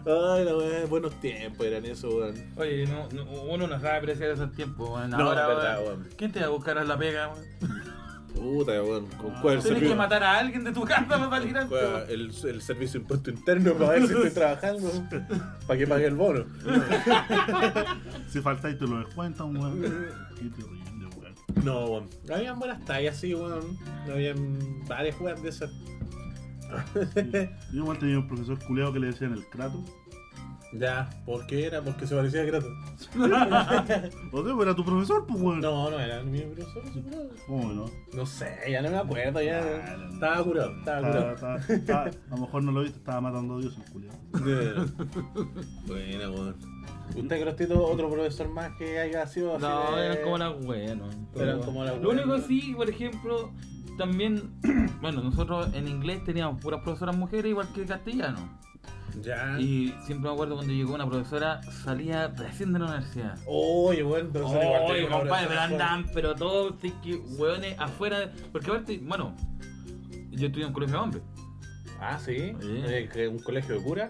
S6: Ay, la weá, buenos tiempos eran eso, weón.
S4: Oye, no, no, uno no sabe apreciar esos tiempos, weón.
S6: No,
S4: Ahora,
S6: es verdad,
S4: weón,
S6: weón.
S4: ¿Quién te va a buscar a la pega, weón?
S6: Puta, weón, con cuál
S4: Tienes Ah, que matar a alguien de tu casa para salir antes.
S6: Bueno, el, el servicio de impuesto interno para ver si estoy trabajando. Para que pague el bono.
S2: Si faltáis te lo descuentan, weón. Qué terrible, weón.
S6: No, weón. Habían buenas tallas, sí, weón. Habían varias weas de esas.
S2: Yo igual tenía un profesor culeado que le decían el crato.
S6: Ya, ¿por qué era? Porque se parecía a Kratos.
S2: O sea, era tu profesor, pues, weón.
S6: No, no era mi profesor, su profesor.
S2: ¿Cómo no? Ah,
S6: No sé, ya no me acuerdo, ya. Estaba curado, estaba
S2: Estaba-
S6: curado.
S2: estaba- estaba- a lo mejor no lo viste, estaba matando a Dios el culeado.
S6: Buena, weón. ¿Usted, Crostito, otro profesor más que haya sido así?
S4: No,
S6: de-
S4: eran como las weas, ¿no?
S6: eh, Eran como las
S4: Lo
S6: weas,
S4: único
S6: ¿no?
S4: sí, por ejemplo, también, bueno, nosotros en inglés teníamos puras profesoras mujeres igual que castellano.
S6: Ya.
S4: Y siempre me acuerdo cuando llegó una profesora, salía recién de la universidad.
S6: Oh, Oye, weón, pero
S4: Oye, compadre, pero andan, pero todos, sí que, weones, afuera. Porque aparte, bueno, yo estudié en un colegio de hombres.
S6: Ah, sí.
S4: Sí.
S6: Eh, que ¿Un colegio de cura?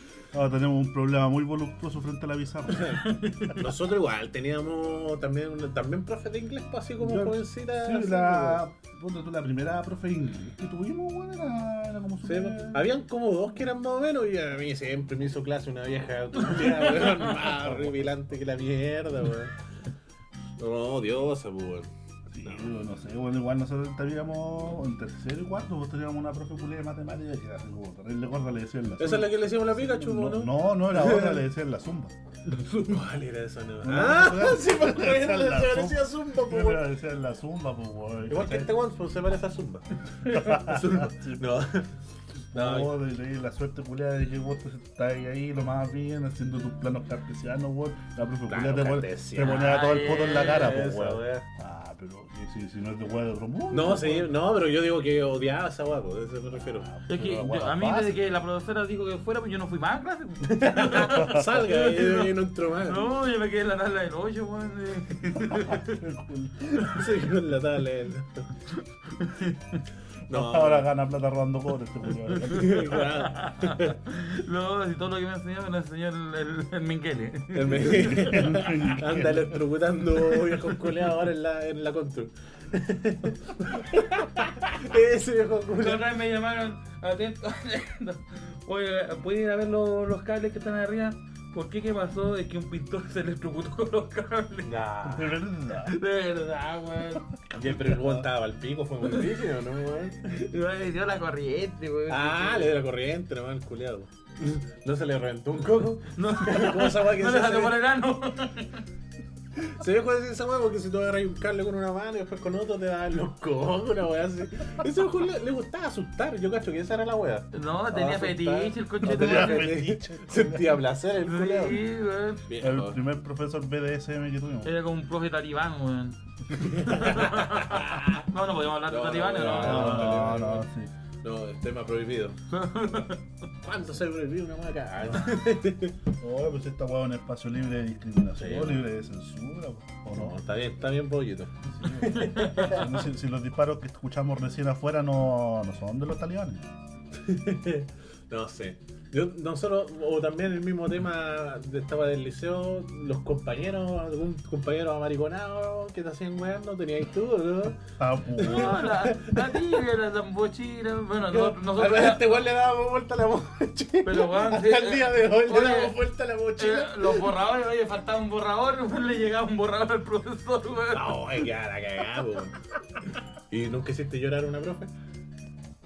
S2: Ahora tenemos un problema muy voluptuoso frente a la pizarra.
S6: Nosotros igual teníamos también, también profes de inglés, pues, así como
S2: Yo-
S6: jovencita.
S2: Sí,
S6: así,
S2: la, ponte tú, la primera profe de inglés que tuvimos, weón, era, era como
S6: Sí,
S2: súper-
S6: po. habían como dos que eran más o menos y a mí siempre me hizo clase una vieja culiao, weón, más horripilante que la mierda, weón. No, odiosa, po, weón.
S2: Sí, yo no sé, bueno, igual nosotros estaríamos en tercero y cuarto, pues teníamos una profe culé de matemáticas que era así como terrible gorda, le decían la
S6: Esa es la que le decíamos la Pikachu, ¿no?
S2: no, no, no era otra, le decían la zumba.
S6: ¿Cuál era esa nueva? Ah, sí, porque
S2: Esa es
S6: era
S2: la
S6: la parecía
S2: Zumba.
S6: Zumba, po,
S2: Yo
S6: weón.
S2: le decían la zumba, pues, weón.
S6: Igual que este weón pues, se parece a Zumba. Zumba. No. No,
S2: No, de, de la suerte culiada de que vos te estás ahí lo más bien haciendo tus planos cartesianos, weón. La profe culiada te, pone- te
S6: cartesiano.
S2: ponía todo el poto en la cara, pues,
S6: Esa,
S2: weón.
S6: weón.
S2: Ah, pero que si, si no es de weón de otro mundo. pues,
S6: no, sí,
S2: weón.
S6: no, pero yo digo que odiaba a esa guapo, a eso me refiero.
S2: Ah,
S4: Es
S2: pero
S4: que
S2: la
S4: yo-
S2: weá
S4: a mí
S2: fácil.
S4: desde que la profesora dijo que fuera, pues yo no fui más a clase. pues.
S6: Salga, yo yo no entro más.
S4: No, yo me quedé en la tabla del 8, weón. eh.
S6: Sí, con la tabla. No,
S2: Ahora gana plata robando cobre este culiado.
S6: Claro.
S4: No, si todo lo que me enseñó me lo enseñó el, el, el Minguele.
S6: El me- Anda electrocutando viejos culeados ahora en la, en la Contur. Ese viejo
S4: La
S6: culeado.
S4: otra vez me llamaron atento. atento. Oye, ¿puedes ir a ver lo- los cables que están arriba? ¿Por qué qué pasó? Es que un pintor se electrocutó con los cables.
S6: Nah.
S2: De verdad.
S4: De verdad, weón.
S6: Ya, pero el weón estaba al pico, fue muy difícil, ¿no, weón?
S4: Y me dio la corriente, weón.
S6: Ah, le dio la corriente, nomás el culeado. ¿No se le reventó un coco?
S4: No,
S6: ¿Cómo esa weá que
S4: no
S6: se
S4: le sacó
S6: hace?
S4: por el ano.
S6: Se dejó decir esa weá porque si tú agarras un cable con una mano y después con otro te dan los cocos, una weá así. Ese viejo le, le gustaba asustar, yo cacho que esa era la weá.
S4: No, tenía
S6: Ah,
S4: fetiche el coche
S6: No
S4: de
S6: tenía
S4: madre.
S6: fetiche. Sentía placer el culeado.
S4: Sí, weón.
S2: El primer profesor BDSM que tuvimos.
S4: Era como un profe talibán, weón. no, no podemos hablar de
S6: No,
S4: talibanes,
S6: no,
S4: no.
S2: Ah, No, no, no, sí.
S6: No, el tema prohibido. ¿Cuánto se prohibido una weá acá?
S2: No, pues esta weá es un espacio libre de discriminación,
S6: Sí, bueno.
S2: libre de censura, pues, ¿o no?
S6: está bien, está bien, pollito.
S2: Si no, Si, si los disparos que escuchamos recién afuera no, no son de los talibanes.
S6: No sé. Yo, nosotros, o también el mismo tema de estaba del liceo, los compañeros, algún compañero amariconado que te hacían weón, no teníais tú, ¿no?
S2: Ah, pues,
S4: No, la, la tibia, la zambochira, bueno, nosotros,
S6: Yo- a ver,
S4: nosotros
S6: a este weón le dábamos vuelta a la mochila.
S4: Pero, weón,
S6: hasta
S4: sí,
S6: el día de hoy le
S4: oye,
S6: dábamos vuelta a la
S4: eh,
S6: mochila.
S4: los borradores, oye, faltaba un borrador, weón, le llegaba un borrador al profesor, weón.
S6: No, hay que la cagada, po. ¿Y nunca hiciste llorar a una profe?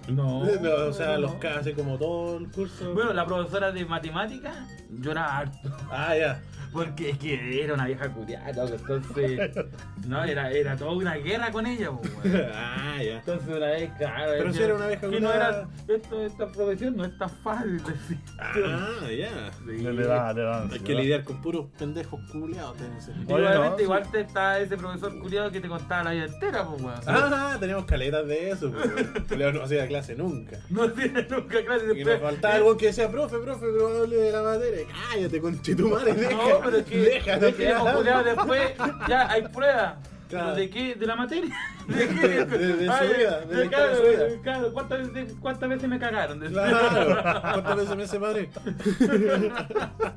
S4: No,
S6: No, o sea,
S4: no.
S6: los K hace como todo el curso.
S4: Bueno, la profesora de matemáticas lloraba harto,
S6: Ah, ya.
S4: porque es que era una vieja curiada, entonces, no, era, era toda una guerra con ella, po, weón.
S6: Ah, ya.
S4: Entonces una vez, claro,
S6: Pero si
S4: decía,
S6: era una vieja
S4: que no
S6: culiada.
S4: era, esto, esta profesión no es tan fácil, decía.
S6: Ah, ya.
S2: le, le da, le da.
S6: Hay
S2: ansiedad.
S6: que lidiar con puros pendejos culeados.
S2: Oye,
S4: Igualmente,
S2: no,
S4: igual te está ese profesor curiado que te contaba la vida entera, pues, weón.
S6: Ah, teníamos caletas de eso. pues. Culeo no hacía clase nunca.
S4: No tiene nunca clase
S6: Y nos
S4: después. eh,
S6: faltaba algo que decía, profe, profe, pero no hable de la materia. Cállate, conchetumare, deja.
S4: No, pero es que,
S6: deja,
S4: es que hemos culiado después, ya hay pruebas.
S6: Claro.
S4: ¿Pero ¿De qué? ¿De la materia? ¿De qué?
S6: De- de- de su
S4: Ay,
S6: vida, de
S4: claro,
S6: la historia de su vida.
S4: claro, ¿cuántas veces, cuántas veces me cagaron?
S6: Claro, ¿cuántas veces me hace madre?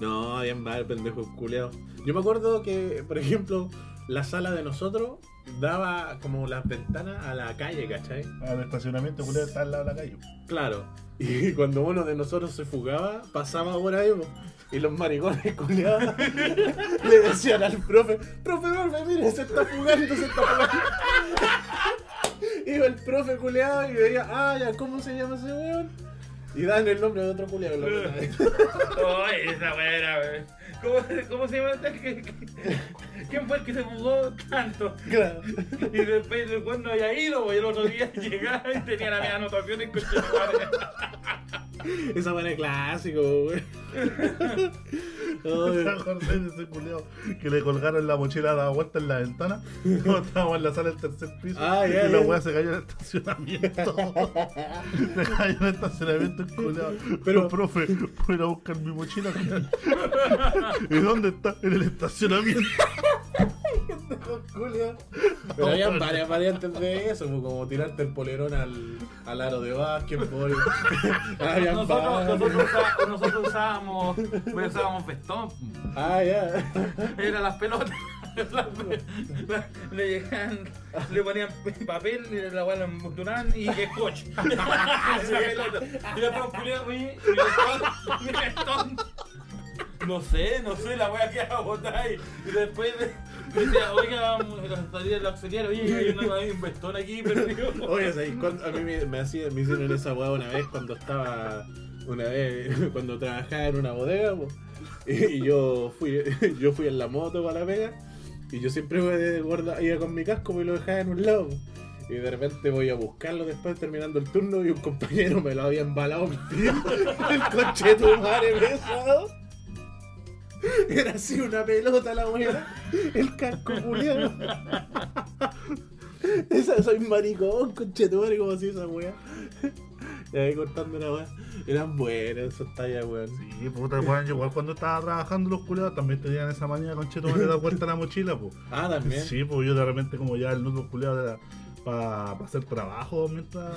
S6: No, bien mal, pendejo culeado. Yo me acuerdo que, por ejemplo, la sala de nosotros daba como las ventanas a la calle, ¿cachai?
S2: Al Ah, estacionamiento, culiado, está al lado de la calle.
S6: Claro. Y cuando uno de nosotros se fugaba, pasaba por ahí, po, y los maricones culeados le decían al profe, profe, profe, mire, se está fugando, se está fugando. Iba el profe culeado y veía, ah, ya, ¿cómo se llama ese weón? Y dan el nombre de otro culeado. la puta madre.
S4: Ay, esa buena, weón. ¿Cómo, ¿Cómo se llama? esta? ¿Qué- qué- ¿Quién fue el que se jugó tanto?
S6: Claro.
S4: Y después el cuando no había ido, weón. El otro día llegaba y tenía las mismas anotaciones con
S6: Esa manera clásico, weón.
S2: ¿Te
S6: Ay,
S2: acordás de ese culiado que le colgaron la mochila daba vuelta en la ventana? Cuando estábamos en la sala del tercer piso
S6: Ah, ya,
S2: y la
S6: ya.
S2: weá se cayó en el estacionamiento. se cayó en el estacionamiento el culiado. Pero
S6: Pero-
S2: profe, voy a ir a buscar mi mochila. ¿Y dónde está? En el estacionamiento.
S6: culiao. Pero había varias variantes de eso, po, como tirarte el polerón al, al aro de básquetbol. Habían
S4: Nosotros,
S6: varias.
S4: nosotros, usa- nosotros usábamos, pues, usábamos vestón.
S6: Ah, ya.
S4: Era las pelotas. Las pe- la- le llegaban, le ponían p- papel, y la guay la envolturaban y scotch. Esa pelota. y después un culiao, oye, y vestón, y vestón. No sé, no sé, la wea que hago botar ahí. Y después de-
S3: Decía, oiga, la salida del auxiliar, oye, hay una- hay un vestón aquí, pero
S6: Oye, ¿sabes cuándo? A mí me, me hacía- me hicieron esa hueá una vez cuando estaba. Una vez, cuando trabajaba en una bodega, po. y yo fui, yo fui en la moto para la pega, y yo siempre me guarda- iba con mi casco y lo dejaba en un lado. po. Y de repente voy a buscarlo después terminando el turno y un compañero me lo había embalado en el coche de tu madre pesado. Era así una pelota la weá. El casco culiado. Esa, soy maricón, conchetumare, como así esa weá. Ya ahí cortando la weá. Eran buenas esas tallas, weón.
S2: Sí, puta, weón, yo igual cuando estaba trabajando los culiados también tenían esa manía con cheto de dar vuelta a la mochila, pues.
S6: Ah, también.
S2: Sí, pues yo de repente como ya el notebook culiado era para hacer trabajo mientras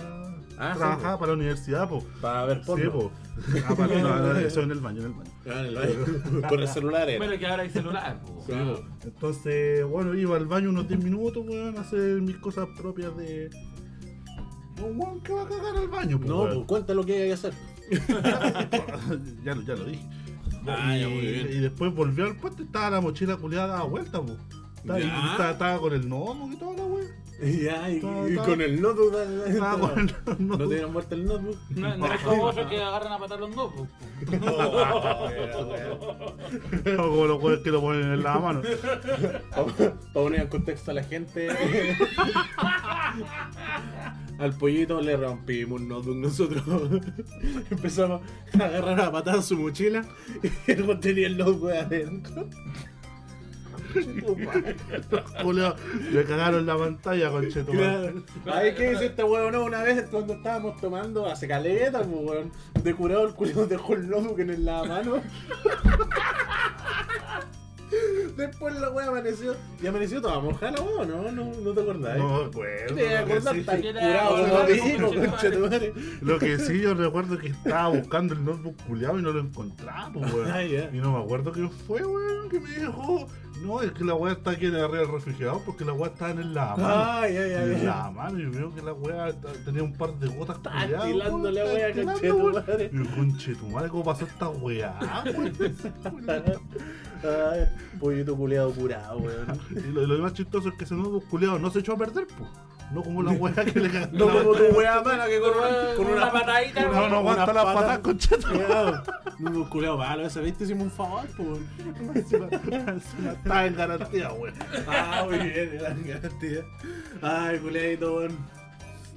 S6: Ah, sí,
S2: trabajaba
S6: po.
S2: para la universidad, pues.
S6: Para ver
S2: Sí,
S6: porno.
S2: pues. Ah, para, no, no, eso en el baño, en el baño.
S6: Ah, en el baño. Con el celular era.
S3: Bueno, que ahora hay celular, po.
S6: Sí, po.
S2: Entonces, bueno, iba al baño unos 10 minutos, weón, a hacer mis cosas propias de. No, weón, ¿qué va a cagar al baño? po,
S6: No,
S2: weón?
S6: pues cuenta lo que hay que hacer.
S2: ya, lo- ya lo dije.
S6: Ah,
S2: y,
S6: ya, muy bien.
S2: y después volvió al puente, estaba la mochila culiada dada vuelta, po. Estaba, y-
S6: Ya.
S2: estaba, estaba con el gnomo y toda la weón.
S6: Ya, y,
S2: Ta,
S6: y
S2: ta.
S6: con el notebook. da- da-
S2: Estaba
S6: da-
S2: con el gnomo.
S6: No te dieron muerte el notebook.
S3: No, no es como otros que agarran a patar los dos, po.
S2: O como los weones que lo ponen en la mano.
S6: Para poner en contexto a la gente. Al pollito le rompimos un notebook nosotros. Empezamos a agarrar a patada su mochila y el weón tenía el notebook adentro.
S2: Culeado, le cagaron la pantalla, conchetumare.
S6: Claro. Ay, ¿qué dice este weón? No, una vez cuando estábamos tomando hace caleta, pues, weón. De curado el culo dejó el notebook en el lavamano. Después la weá amaneció. Y amaneció toda mojada la weá, ¿no? ¿no? No te acordás.
S2: No, recuerdo.
S6: Te
S2: lo que
S6: acordás,
S2: sí-
S6: está ahí
S3: Era-
S6: curado como
S3: Era-
S6: vecino,
S3: Era-
S6: conchetumare.
S2: Lo que sí, yo recuerdo que estaba buscando el notebook culeado y no lo encontraba, pues, weón.
S6: Ah, ya.
S2: Y no me acuerdo qué fue, weón, que me dejó. No, es que la weá está aquí en arriba del refrigerador porque la weá estaba en el lavamano.
S6: Ay, ay, ay,
S2: En
S6: ay.
S2: la mano, yo veo que la weá t- tenía un par de gotas
S6: Está
S2: culiadas,
S6: estilando
S2: weón,
S6: la
S2: está
S6: weá,
S2: estilando,
S6: conchetumare.
S2: weón. Y yo, conchetumare, ¿cómo pasó esta weá? weón?
S6: Ay, pollito culeado curado, weón.
S2: Y lo, lo más chistoso es que ese notebook culiado no se echó a perder, pues. No como la weá que le cagaron.
S6: No
S2: la
S6: como tu
S2: pantalla.
S6: weá mala que con una, con una
S3: patadita,
S2: No, no aguanta
S6: Unas
S2: las
S6: patas.
S2: patas, concheta.
S6: Cuidado. No, pues, culiao malo, esa vez te hicimos un favor, pues.
S2: Estaba en garantía, weón.
S6: Ah, muy bien, gran garantía. Ay, culiadito, weón.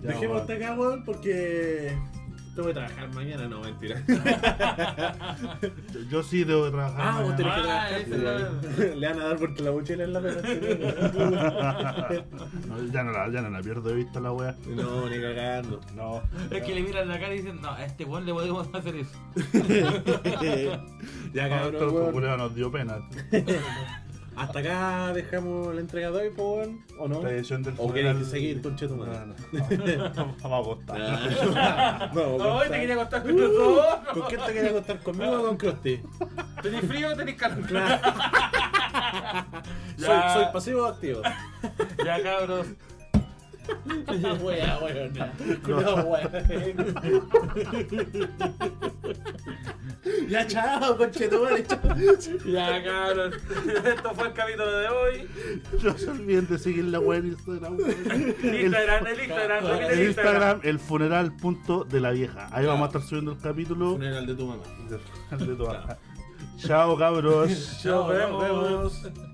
S2: Ya,
S6: Dejemos
S2: weón.
S6: hasta acá, weón, porque. Tengo que trabajar mañana, no, mentira.
S2: Yo- Yo sí debo de trabajar.
S6: Ah, vos tenés
S2: mañana.
S6: que
S3: Ah,
S6: trabajar.
S3: ese
S6: culiao. Le van a dar porque la mochila es la pena.
S2: No, ya, no la, ya no la pierdo de vista la weá.
S6: No, ni cagando.
S2: No.
S3: Es que le miran la cara y dicen, no, a este weón le podemos hacer eso.
S6: ya,
S2: Esto
S6: cabrón,
S2: el
S6: weón.
S2: culiao nos dio pena.
S6: Hasta acá dejamos la entrega de hoy, pues, weón. ¿O no?
S2: Esta edición del
S6: ¿O
S2: funeral-
S6: querés seguir,
S2: No,
S6: conchetumare?
S2: no, no. Vamos a acostar.
S6: No,
S3: No, te quería contar con nosotros.
S6: ¿Con quién te quería contar? ¿Conmigo o con Krusty?
S3: ¿Tenés frío o tenés calor?
S6: Soy,
S3: Ya.
S6: soy pasivo o activo.
S3: Ya, cabros.
S6: Wea, weona. Culeado, weón. Ya, chao, conchetumare, chao.
S3: Ya, cabros. Esto fue el capítulo de hoy.
S2: No se olviden de seguir la web en Instagram.
S3: Instagram, el Instagram,
S6: el
S3: repite
S2: El Instagram, el funeral punto de la vieja. Ahí vamos a estar subiendo el capítulo.
S6: Funeral de tu mamá.
S2: de todas. Chao, cabros.
S3: Nos vemos.
S6: Nos vemos.